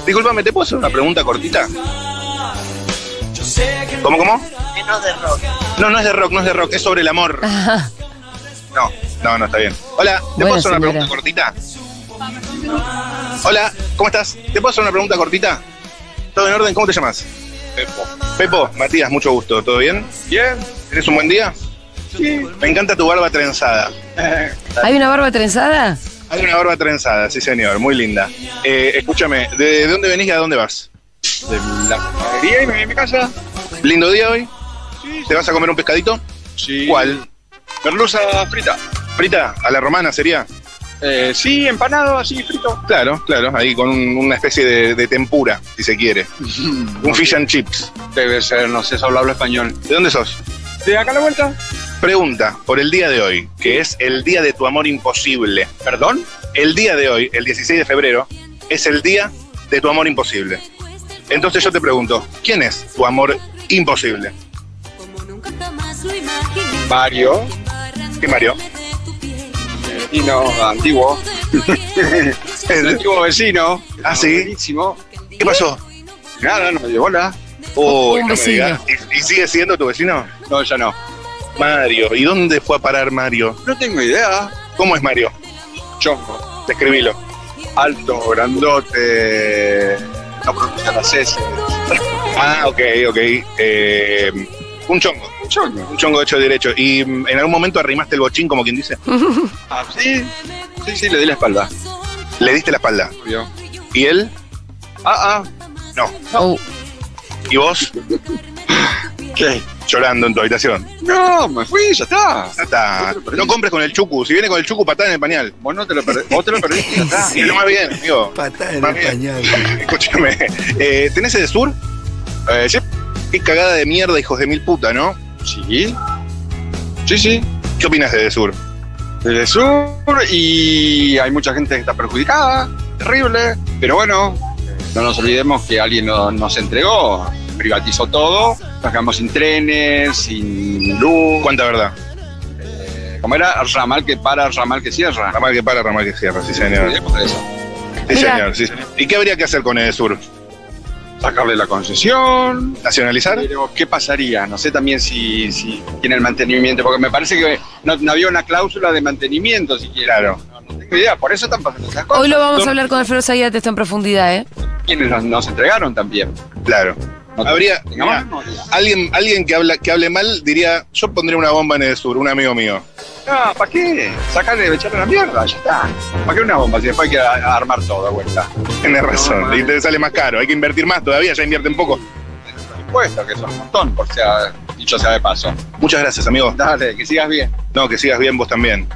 Speaker 3: Disculpame, ¿te puedo hacer una pregunta cortita? ¿Cómo, cómo? No, no es de rock, no es de rock, es sobre el amor.
Speaker 1: Ajá.
Speaker 3: No, no, no, está bien. Hola, ¿te
Speaker 1: Bueno,
Speaker 3: puedo hacer una
Speaker 1: señora.
Speaker 3: pregunta cortita? Hola, ¿cómo estás? ¿Te puedo hacer una pregunta cortita? ¿Todo en orden? ¿Cómo te llamas? Pepo. Pepo, Matías, mucho gusto. ¿Todo bien? Bien. ¿Tienes un buen día? Sí. Me encanta tu barba trenzada.
Speaker 1: ¿Hay una barba trenzada?
Speaker 3: Hay una barba trenzada, sí señor, muy linda. Eh, escúchame, ¿de dónde venís y a dónde vas? De la panadería y me voy a mi casa. ¿Lindo día hoy? Sí. ¿Te vas a comer un pescadito?
Speaker 6: Sí.
Speaker 3: ¿Cuál?
Speaker 6: Merluza frita.
Speaker 3: ¿Frita? ¿A la romana sería?
Speaker 6: Eh, sí, empanado, así frito.
Speaker 3: Claro, claro, ahí con un- una especie de, de tempura, si se quiere. Un fish and chips.
Speaker 6: Debe ser, no sé, solo hablo español.
Speaker 3: ¿De dónde sos?
Speaker 6: ¿De acá a la vuelta?
Speaker 3: Pregunta por el día de hoy, que es el día de tu amor imposible. ¿Perdón? El día de hoy, el 16 de febrero, es el día de tu amor imposible. Entonces yo te pregunto, ¿quién es tu amor imposible?
Speaker 6: Mario,
Speaker 3: ¿Y Mario?
Speaker 6: y no, antiguo. El antiguo vecino.
Speaker 3: Ah, ¿sí?
Speaker 6: Buenísimo.
Speaker 3: ¿Qué pasó?
Speaker 6: Nada, no me dio bola.
Speaker 3: Uy,
Speaker 1: Un
Speaker 3: no me
Speaker 1: vecino.
Speaker 3: digas. ¿Y, y sigue siendo tu vecino?
Speaker 6: No, ya no.
Speaker 3: Mario. ¿Y dónde fue a parar Mario?
Speaker 6: No tengo idea.
Speaker 3: ¿Cómo es Mario?
Speaker 6: Chongo.
Speaker 3: Describilo.
Speaker 6: Alto, grandote. No pronuncia las S.
Speaker 3: Ah, ok, ok. Eh, un chongo.
Speaker 6: Chongo.
Speaker 3: Un chongo hecho derecho. ¿Y mm, en algún momento arrimaste el bochín, como quien dice?
Speaker 6: Ah, sí. Sí, sí, le di la espalda.
Speaker 3: Le diste la espalda.
Speaker 6: Obvio.
Speaker 3: ¿Y él?
Speaker 6: Ah, ah.
Speaker 3: No.
Speaker 1: Oh,
Speaker 3: ¿Y vos?
Speaker 6: ¿Qué?
Speaker 3: Llorando en tu habitación.
Speaker 6: No, me fui, ya está.
Speaker 3: Ya está. No compres con el chucu. Si viene con el chucu, patada en el pañal.
Speaker 6: Vos no te lo perdiste. Vos te lo perdiste, ya está.
Speaker 3: Y lo más bien, amigo.
Speaker 2: Patada en
Speaker 3: Más
Speaker 2: el
Speaker 3: bien.
Speaker 2: pañal.
Speaker 3: Escúchame. Eh, ¿Tenés el sur?
Speaker 6: Eh, sí.
Speaker 3: Qué cagada de mierda, hijos de mil puta, ¿no?
Speaker 6: Sí. Sí, sí.
Speaker 3: ¿Qué opinas de sur?
Speaker 6: Desde el sur y hay mucha gente que está perjudicada, terrible, pero bueno, no nos olvidemos que alguien no- nos entregó, privatizó todo, nos quedamos sin trenes, sin luz,
Speaker 3: ¿Cuánta verdad?
Speaker 6: eh, como era ramal que para, ramal que cierra.
Speaker 3: Ramal que para, ramal que cierra, sí señor.
Speaker 6: Olvidemos de eso.
Speaker 3: Sí
Speaker 1: Mira.
Speaker 3: señor, sí señor. ¿Y qué habría que hacer con Edesur?
Speaker 6: Sacarle la concesión.
Speaker 3: ¿Nacionalizar?
Speaker 6: Pero, ¿qué pasaría? No sé también si, si tiene el mantenimiento, porque me parece que no, no había una cláusula de mantenimiento siquiera.
Speaker 3: Claro.
Speaker 6: No, no tengo idea, por eso están pasando esas cosas.
Speaker 1: Hoy lo vamos a
Speaker 6: Son
Speaker 1: hablar con Alfredo Zayat, esto en profundidad, ¿eh?
Speaker 6: Quienes nos, nos entregaron también.
Speaker 3: Claro.
Speaker 6: No-
Speaker 3: Habría-
Speaker 6: Tengamos
Speaker 3: Alguien, alguien que, habla, que hable mal diría, yo pondría una bomba en Edesur, un amigo mío.
Speaker 6: No, ¿para qué? Sacarle, echarle la mierda, ya está. ¿Para qué una bomba? Si después hay que a- armar todo de vuelta.
Speaker 3: Tienes razón,
Speaker 6: madre.
Speaker 3: y te sale más caro, hay que invertir más todavía, ya invierten poco.
Speaker 6: Impuestos, que son un montón, por sea, dicho sea de paso.
Speaker 3: Muchas gracias, amigo.
Speaker 6: Dale, que sigas bien.
Speaker 3: No, que sigas bien vos también.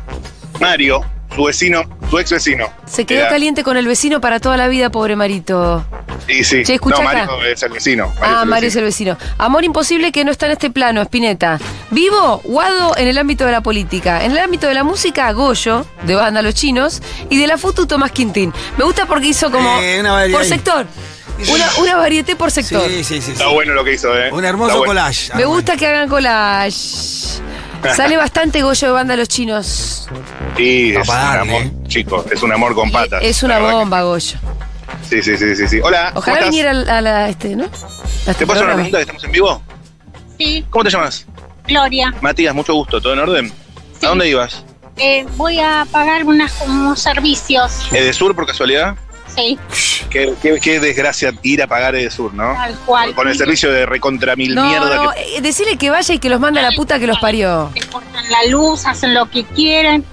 Speaker 3: Mario, su vecino, su ex vecino.
Speaker 1: Se quedó
Speaker 3: Era-
Speaker 1: caliente con el vecino para toda la vida, pobre Marito.
Speaker 3: Y sí.
Speaker 1: Che, escuchá
Speaker 3: no,
Speaker 1: acá.
Speaker 3: Mario es el vecino.
Speaker 1: ah, Mario
Speaker 3: Mario
Speaker 1: es el vecino. Amor imposible que no está en este plano, Spinetta. Vivo, Guado en el ámbito de la política. En el ámbito de la música, Goyo, de banda Los Chinos. Y de la foto, Tomás Quintín. Me gusta porque hizo como.
Speaker 2: Eh, una variedad.
Speaker 1: por sector. Una, una varieté por sector.
Speaker 2: Sí, sí, sí. sí.
Speaker 3: Está bueno lo que hizo, ¿eh?
Speaker 2: Un
Speaker 3: Está
Speaker 2: hermoso
Speaker 3: bueno.
Speaker 2: collage.
Speaker 1: Me
Speaker 2: Ah,
Speaker 1: gusta que hagan collage. Sale bastante Goyo de banda Los Chinos.
Speaker 3: Y es
Speaker 2: Para
Speaker 3: un
Speaker 2: darle. eh.
Speaker 3: amor, chico, es un amor
Speaker 1: Eh,
Speaker 3: con patas.
Speaker 1: Es una
Speaker 3: La verdad
Speaker 1: bomba, Goyo.
Speaker 3: que- Sí, sí, sí, sí, sí. Hola. ¿cómo
Speaker 1: Ojalá
Speaker 3: estás?
Speaker 1: viniera al- a la. Este, ¿no? A este
Speaker 3: ¿Te puedo hacer
Speaker 1: programa.
Speaker 3: una pregunta que estamos en vivo?
Speaker 7: Sí,
Speaker 3: ¿Cómo te llamas?
Speaker 7: Gloria.
Speaker 3: Matías, mucho gusto, ¿todo en orden?
Speaker 7: Sí.
Speaker 3: ¿A dónde ibas?
Speaker 7: Eh, voy a pagar unas, unos servicios.
Speaker 3: ¿Edesur por casualidad?
Speaker 7: Sí,
Speaker 3: Qué, qué- qué desgracia ir a pagar Edesur, ¿no?
Speaker 7: tal cual.
Speaker 3: Con el servicio de recontra mil
Speaker 1: No,
Speaker 3: mierda
Speaker 1: no,
Speaker 3: que.
Speaker 1: eh, decirle que vaya y que los manda la puta que los parió.
Speaker 7: Te cortan la luz, hacen lo que quieren.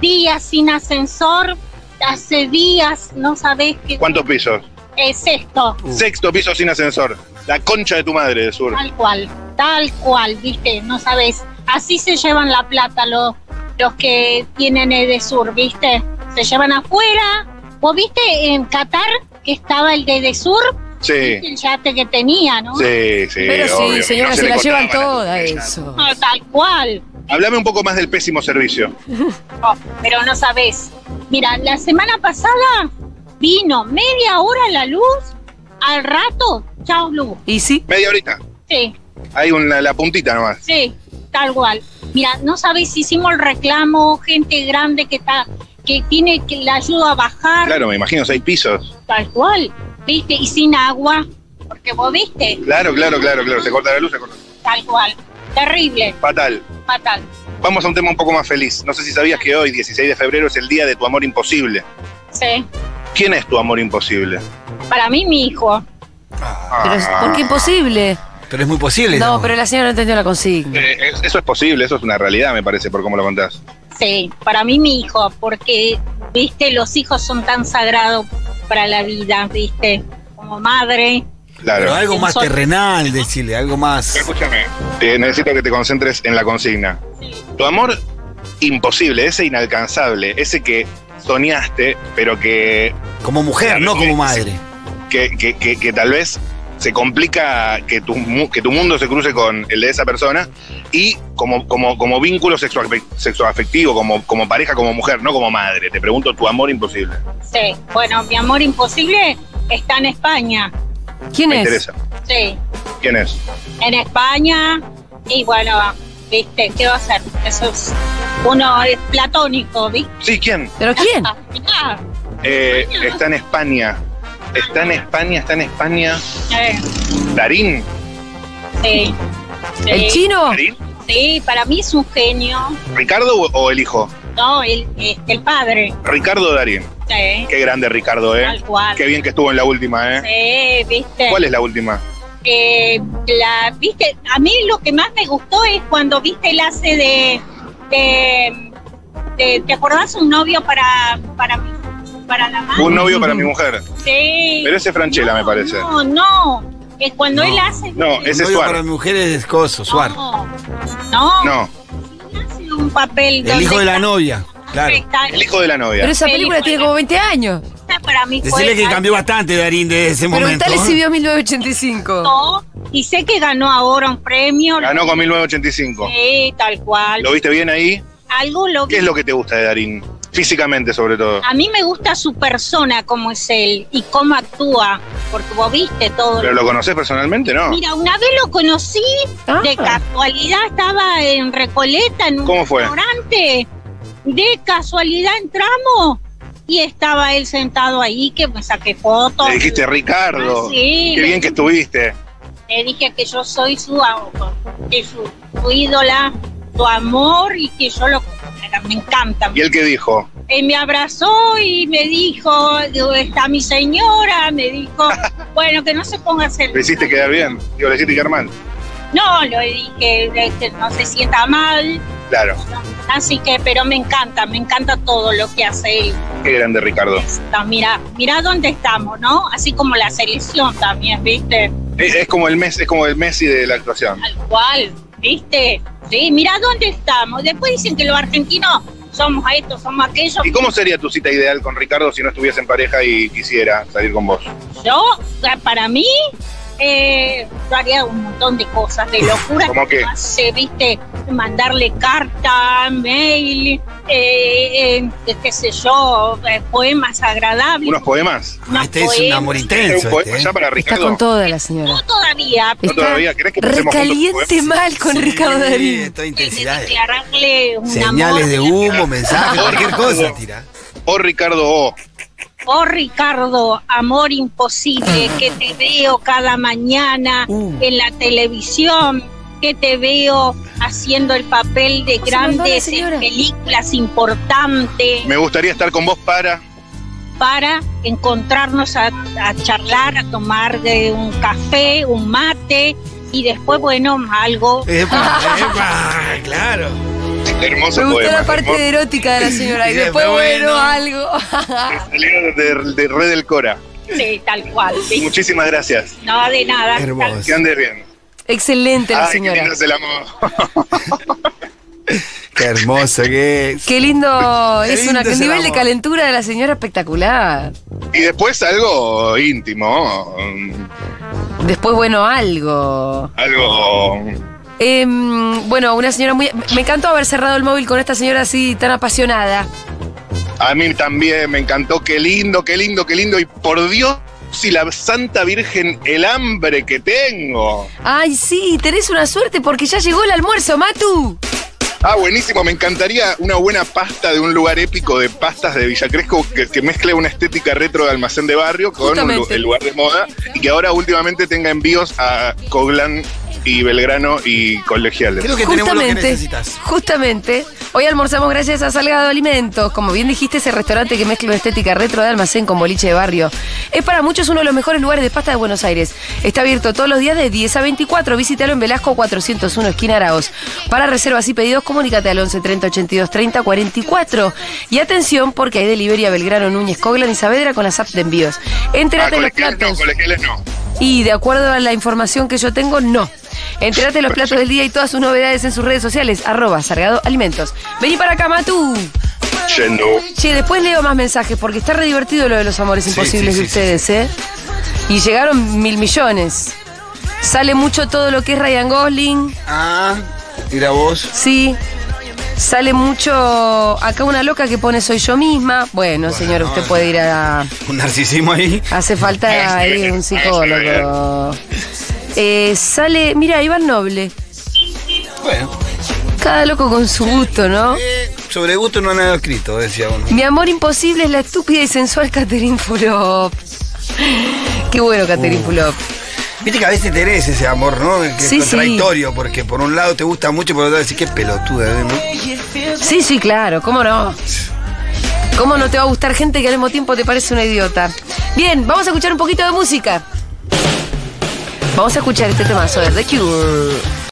Speaker 7: Días sin ascensor. Hace días, no sabés qué
Speaker 3: ¿Cuántos pisos?
Speaker 7: es esto.
Speaker 2: Uh.
Speaker 3: Sexto piso sin ascensor. La concha de tu madre, Edesur.
Speaker 7: Tal cual, tal cual, viste, no sabés. Así se llevan la plata los, los que tienen Edesur, viste. Se llevan afuera. ¿Vos viste en Qatar que estaba el de Edesur?
Speaker 3: Sí.
Speaker 7: El yate que tenía, ¿no?
Speaker 3: Sí, sí.
Speaker 1: Pero sí,
Speaker 3: obvio,
Speaker 1: señora,
Speaker 3: no
Speaker 1: se,
Speaker 3: le
Speaker 1: la llevan
Speaker 3: contaban las
Speaker 1: toda
Speaker 3: estrellas.
Speaker 1: eso.
Speaker 7: No, tal cual.
Speaker 3: Háblame un poco más del pésimo servicio.
Speaker 7: No, pero no sabés. Mira, la semana pasada vino media hora la luz, al rato, chao luz.
Speaker 1: ¿Y sí?
Speaker 3: Media horita.
Speaker 7: Sí,
Speaker 3: Hay una, la puntita nomás.
Speaker 7: sí, tal cual. Mira, no sabés, hicimos el reclamo, gente grande que está, que tiene que la ayuda a bajar,
Speaker 3: Claro, me imagino, seis pisos.
Speaker 7: tal cual, viste, y sin agua, porque vos viste,
Speaker 3: Claro, claro, claro, claro. Se corta la luz, se corta.
Speaker 7: tal cual. Terrible,
Speaker 3: Fatal.
Speaker 7: fatal.
Speaker 3: Vamos a un tema un poco más feliz. No sé si sabías que hoy, 16 de febrero, es el día de tu amor imposible.
Speaker 7: Sí.
Speaker 3: ¿Quién es tu amor imposible?
Speaker 7: Para mí, mi hijo.
Speaker 1: Pero
Speaker 3: Ah.
Speaker 1: es, ¿Por qué imposible?
Speaker 2: Pero es muy posible.
Speaker 1: No,
Speaker 2: digamos.
Speaker 1: pero la señora no entendió la consigna.
Speaker 3: Eh, es- eso es posible, eso es una realidad, me parece, por cómo lo contás.
Speaker 7: Sí, para mí mi hijo, porque, viste, los hijos son tan sagrados para la vida, viste, como madre.
Speaker 2: Pero
Speaker 3: Claro.
Speaker 2: algo más
Speaker 7: Son-
Speaker 2: terrenal, decirle, algo más.
Speaker 3: Escúchame. Eh, necesito que te concentres en la consigna. Tu amor imposible, ese inalcanzable, ese que soñaste, pero que
Speaker 2: Como mujer, no como madre.
Speaker 3: que, que- que- que tal vez se complica que tu, mu- que tu mundo se cruce con el de esa persona y como, como, como vínculo sexoafe- sexoafectivo, como, como pareja, como mujer, no como madre. Te pregunto tu amor imposible.
Speaker 7: Sí, bueno, mi amor imposible está en España.
Speaker 1: ¿Quién es?
Speaker 3: Me interesa.
Speaker 7: Sí,
Speaker 3: ¿Quién es?
Speaker 7: en España. Y bueno, viste, ¿qué va a hacer? Eso es uno es platónico, ¿viste?
Speaker 3: Sí, ¿quién?
Speaker 1: ¿Pero quién?
Speaker 7: Ah,
Speaker 3: Eh, está en España. Está en España, está en España.
Speaker 7: eh,
Speaker 3: Darín.
Speaker 7: sí. Sí,
Speaker 1: ¿El chino?
Speaker 3: ¿Darín?
Speaker 7: Sí, para mí es un genio.
Speaker 3: ¿Ricardo o, o el hijo?
Speaker 7: No, el, este, el padre.
Speaker 3: Ricardo Darín.
Speaker 7: Sí,
Speaker 3: Qué grande Ricardo, ¿eh?
Speaker 7: tal cual.
Speaker 3: Qué bien que estuvo en la última, ¿eh?
Speaker 7: Sí, viste.
Speaker 3: ¿Cuál es la última?
Speaker 7: Eh, la, viste, a mí lo que más me gustó es cuando viste el hace de, de- de- ¿te acordás un novio para para mi- para la madre?
Speaker 3: Un novio para mi mujer.
Speaker 7: Sí.
Speaker 3: Pero ese es Franchella,
Speaker 7: No,
Speaker 3: me parece.
Speaker 7: No, no, es cuando
Speaker 2: No.
Speaker 7: él hace
Speaker 3: No, ese
Speaker 7: de-
Speaker 3: es
Speaker 2: Novio
Speaker 3: Suar.
Speaker 2: para mujeres es coso, Suar.
Speaker 7: No, no,
Speaker 3: No,
Speaker 7: hace un papel
Speaker 2: El
Speaker 7: donde
Speaker 2: hijo de la
Speaker 7: está-
Speaker 2: novia, claro.
Speaker 7: está-
Speaker 3: el hijo de la novia.
Speaker 1: Pero esa película tiene como 20 años.
Speaker 7: esa para mí fue
Speaker 2: Decirle que cambió bastante Darín de ese momento.
Speaker 1: Preguntale si
Speaker 2: ¿eh?
Speaker 1: vio 1985.
Speaker 7: algo, y sé que ganó ahora un premio.
Speaker 3: Ganó con 1985.
Speaker 7: Sí, tal cual.
Speaker 3: ¿Lo viste bien ahí?
Speaker 7: Algo lo
Speaker 3: ¿Qué es lo que te gusta de Darín? Físicamente, sobre
Speaker 1: Ah,
Speaker 3: todo.
Speaker 7: A mí me gusta su persona, cómo es él y cómo actúa, porque vos viste todo.
Speaker 3: ¿Pero lo conoces personalmente, no?
Speaker 7: Mira, una vez lo conocí,
Speaker 1: Ah.
Speaker 7: de casualidad estaba en Recoleta, en un
Speaker 3: ¿Cómo fue?
Speaker 7: restaurante. De casualidad entramos y estaba él sentado ahí, que me saqué fotos.
Speaker 3: Le dijiste Ricardo.
Speaker 7: Ah, sí,
Speaker 3: Qué
Speaker 7: le-
Speaker 3: bien que estuviste.
Speaker 7: Le dije que yo soy su, a- que su, su ídola, su amor y que yo lo... Me encanta.
Speaker 3: ¿Y él qué dijo?
Speaker 7: Eh, me abrazó y me dijo, digo, está mi señora, me dijo, bueno, que no se ponga a hacer...
Speaker 3: ¿Le hiciste quedar bien? Digo, ¿le hiciste quedar mal?
Speaker 7: No, le dije de que no se sienta mal,
Speaker 3: Claro.
Speaker 7: así que, pero me encanta, me encanta todo lo que hace él.
Speaker 3: Qué grande Ricardo. Eh,
Speaker 7: Está, mira, mira dónde estamos, ¿no? Así como la selección también, ¿viste?
Speaker 3: Es, como el mes, es como el Messi de la actuación.
Speaker 7: Tal cual, ¿viste? Sí, mira dónde estamos. Después dicen que los argentinos somos a esto, somos aquello.
Speaker 3: ¿Y cómo sería tu cita ideal con Ricardo si no estuviese en pareja y quisiera salir con vos?
Speaker 7: Yo, eh, para mí, eh, yo haría un montón de cosas, de locura.
Speaker 3: ¿Cómo qué?
Speaker 7: Hace, viste, mandarle carta, mail, eh, eh, qué- qué sé yo, eh, poemas agradables.
Speaker 3: ¿Unos poemas?
Speaker 7: unos
Speaker 2: Este es un
Speaker 7: poemas.
Speaker 2: amor
Speaker 3: ¿Un
Speaker 2: intenso.
Speaker 3: poema
Speaker 2: Este,
Speaker 3: ya
Speaker 2: ¿eh?
Speaker 3: para
Speaker 1: Está
Speaker 3: Ricardo?
Speaker 1: con toda la
Speaker 7: No
Speaker 1: señora.
Speaker 7: todavía,
Speaker 3: ¿No
Speaker 1: Está
Speaker 3: todavía? ¿Querés que pasemos juntos
Speaker 1: recaliente
Speaker 3: poemas?
Speaker 1: mal con Ricardo
Speaker 2: Sí,
Speaker 1: Darín.
Speaker 2: toda
Speaker 7: pero de
Speaker 2: intensidad.
Speaker 7: declararle un
Speaker 2: Señales
Speaker 7: amor
Speaker 2: de humo, mensajes, cualquier cosa, tira.
Speaker 3: O Ricardo O.
Speaker 7: Oh Ricardo, amor imposible, que te veo cada mañana
Speaker 2: Ah. Uh.
Speaker 7: en la televisión, que te veo haciendo el papel de
Speaker 1: Se
Speaker 2: Pues,
Speaker 1: mandó la
Speaker 7: grandes
Speaker 1: señora.
Speaker 7: en películas importantes
Speaker 3: Me gustaría estar con vos para...
Speaker 7: para encontrarnos a, a charlar, a tomar de un café, un mate y después, bueno, algo.
Speaker 2: Epa, epa, claro.
Speaker 3: este Hermoso
Speaker 1: Me gustó
Speaker 3: poema.
Speaker 1: la parte
Speaker 3: hermoso.
Speaker 1: erótica de la señora. Y
Speaker 2: Y
Speaker 1: después,
Speaker 2: después,
Speaker 1: bueno,
Speaker 2: bueno.
Speaker 1: algo.
Speaker 3: Salió de, de Red del Cora.
Speaker 7: Sí, tal cual. ¿sí?
Speaker 3: Muchísimas gracias.
Speaker 7: No, de nada.
Speaker 2: Hermoso.
Speaker 3: Que andes bien.
Speaker 1: Excelente la
Speaker 3: Ay, qué
Speaker 1: señora.
Speaker 3: lindo es el amor.
Speaker 2: Qué hermoso que es.
Speaker 1: Qué lindo,
Speaker 2: Qué
Speaker 1: es una,
Speaker 2: lindo
Speaker 1: un
Speaker 2: ese
Speaker 1: nivel de
Speaker 2: ramo.
Speaker 1: calentura de la señora espectacular.
Speaker 3: Y después algo íntimo, mm,
Speaker 1: Después, bueno, algo.
Speaker 3: algo...
Speaker 1: Em, bueno, una señora muy. Me encantó haber cerrado el móvil con esta señora así tan apasionada.
Speaker 3: A mí también me encantó, qué lindo, qué lindo, qué lindo. Y por Dios, si la Santa Virgen, el hambre que tengo.
Speaker 1: Ay, sí, tenés una suerte porque ya llegó el almuerzo, Matu.
Speaker 3: Ah, buenísimo, me encantaría una buena pasta de un lugar épico de pastas de Villacresco que, que mezcle una estética retro de almacén de barrio con un lu-
Speaker 1: Justamente.
Speaker 3: el lugar de moda y que ahora últimamente tenga envíos a Coglan y Belgrano y colegiales.
Speaker 2: Creo que tenemos lo que necesitas.
Speaker 1: justamente. Hoy almorzamos gracias a Salgado Alimentos. Como bien dijiste, ese restaurante que mezcla una estética retro de almacén con boliche de barrio. Es para muchos uno de los mejores lugares de pasta de Buenos Aires. Está abierto todos los días de 10 a 24. Visítalo en Velasco 401, esquina Araos. Para reservas y pedidos, comunícate al 11 30 82 30 44. Y atención, porque hay delivery a Belgrano, Núñez, Coglan y Saavedra con las apps de envíos.
Speaker 3: Ah,
Speaker 1: Entérate en los
Speaker 3: colegiales no,
Speaker 1: platos.
Speaker 3: colegiales no.
Speaker 1: Y de acuerdo a la información que yo tengo, no. Entérate de los platos del día y todas sus novedades en sus redes sociales, arroba Sargado Alimentos. Vení para acá, Matú.
Speaker 3: Yendo.
Speaker 1: Che, después leo más mensajes porque está re divertido lo de los amores
Speaker 2: Sí,
Speaker 1: imposibles
Speaker 2: sí,
Speaker 1: de
Speaker 2: sí,
Speaker 1: ustedes, ¿eh? Y llegaron mil millones. Sale mucho todo lo que es Ryan Gosling.
Speaker 2: Ah, mira vos.
Speaker 1: Sí. Sale mucho. Acá una loca que pone soy yo misma. Bueno, señor, usted puede ir a.
Speaker 2: Un narcisismo ahí.
Speaker 1: Hace falta
Speaker 3: A ese
Speaker 1: ahí
Speaker 3: nivel,
Speaker 1: un
Speaker 3: a ese
Speaker 1: psicólogo. Eh, sale. Mira, Iván Noble.
Speaker 2: Bueno.
Speaker 1: Cada loco con su gusto, ¿no?
Speaker 2: eh, sobre gusto no han nada escrito, decía uno.
Speaker 1: Mi amor imposible es la estúpida y sensual Catherine Fulop. Qué bueno, Catherine Fulop.
Speaker 2: Viste que a veces tenés ese amor, ¿no? Que
Speaker 1: Sí, sí.
Speaker 2: es contradictorio, porque por un lado te gusta mucho y por otro lado decís, qué pelotuda, ¿eh? ¿no?
Speaker 1: Sí, sí, claro, ¿cómo no? ¿Cómo no te va a gustar gente que al mismo tiempo te parece una idiota? Bien, vamos a escuchar un poquito de música. Vamos a escuchar este tema, sobre The Cure.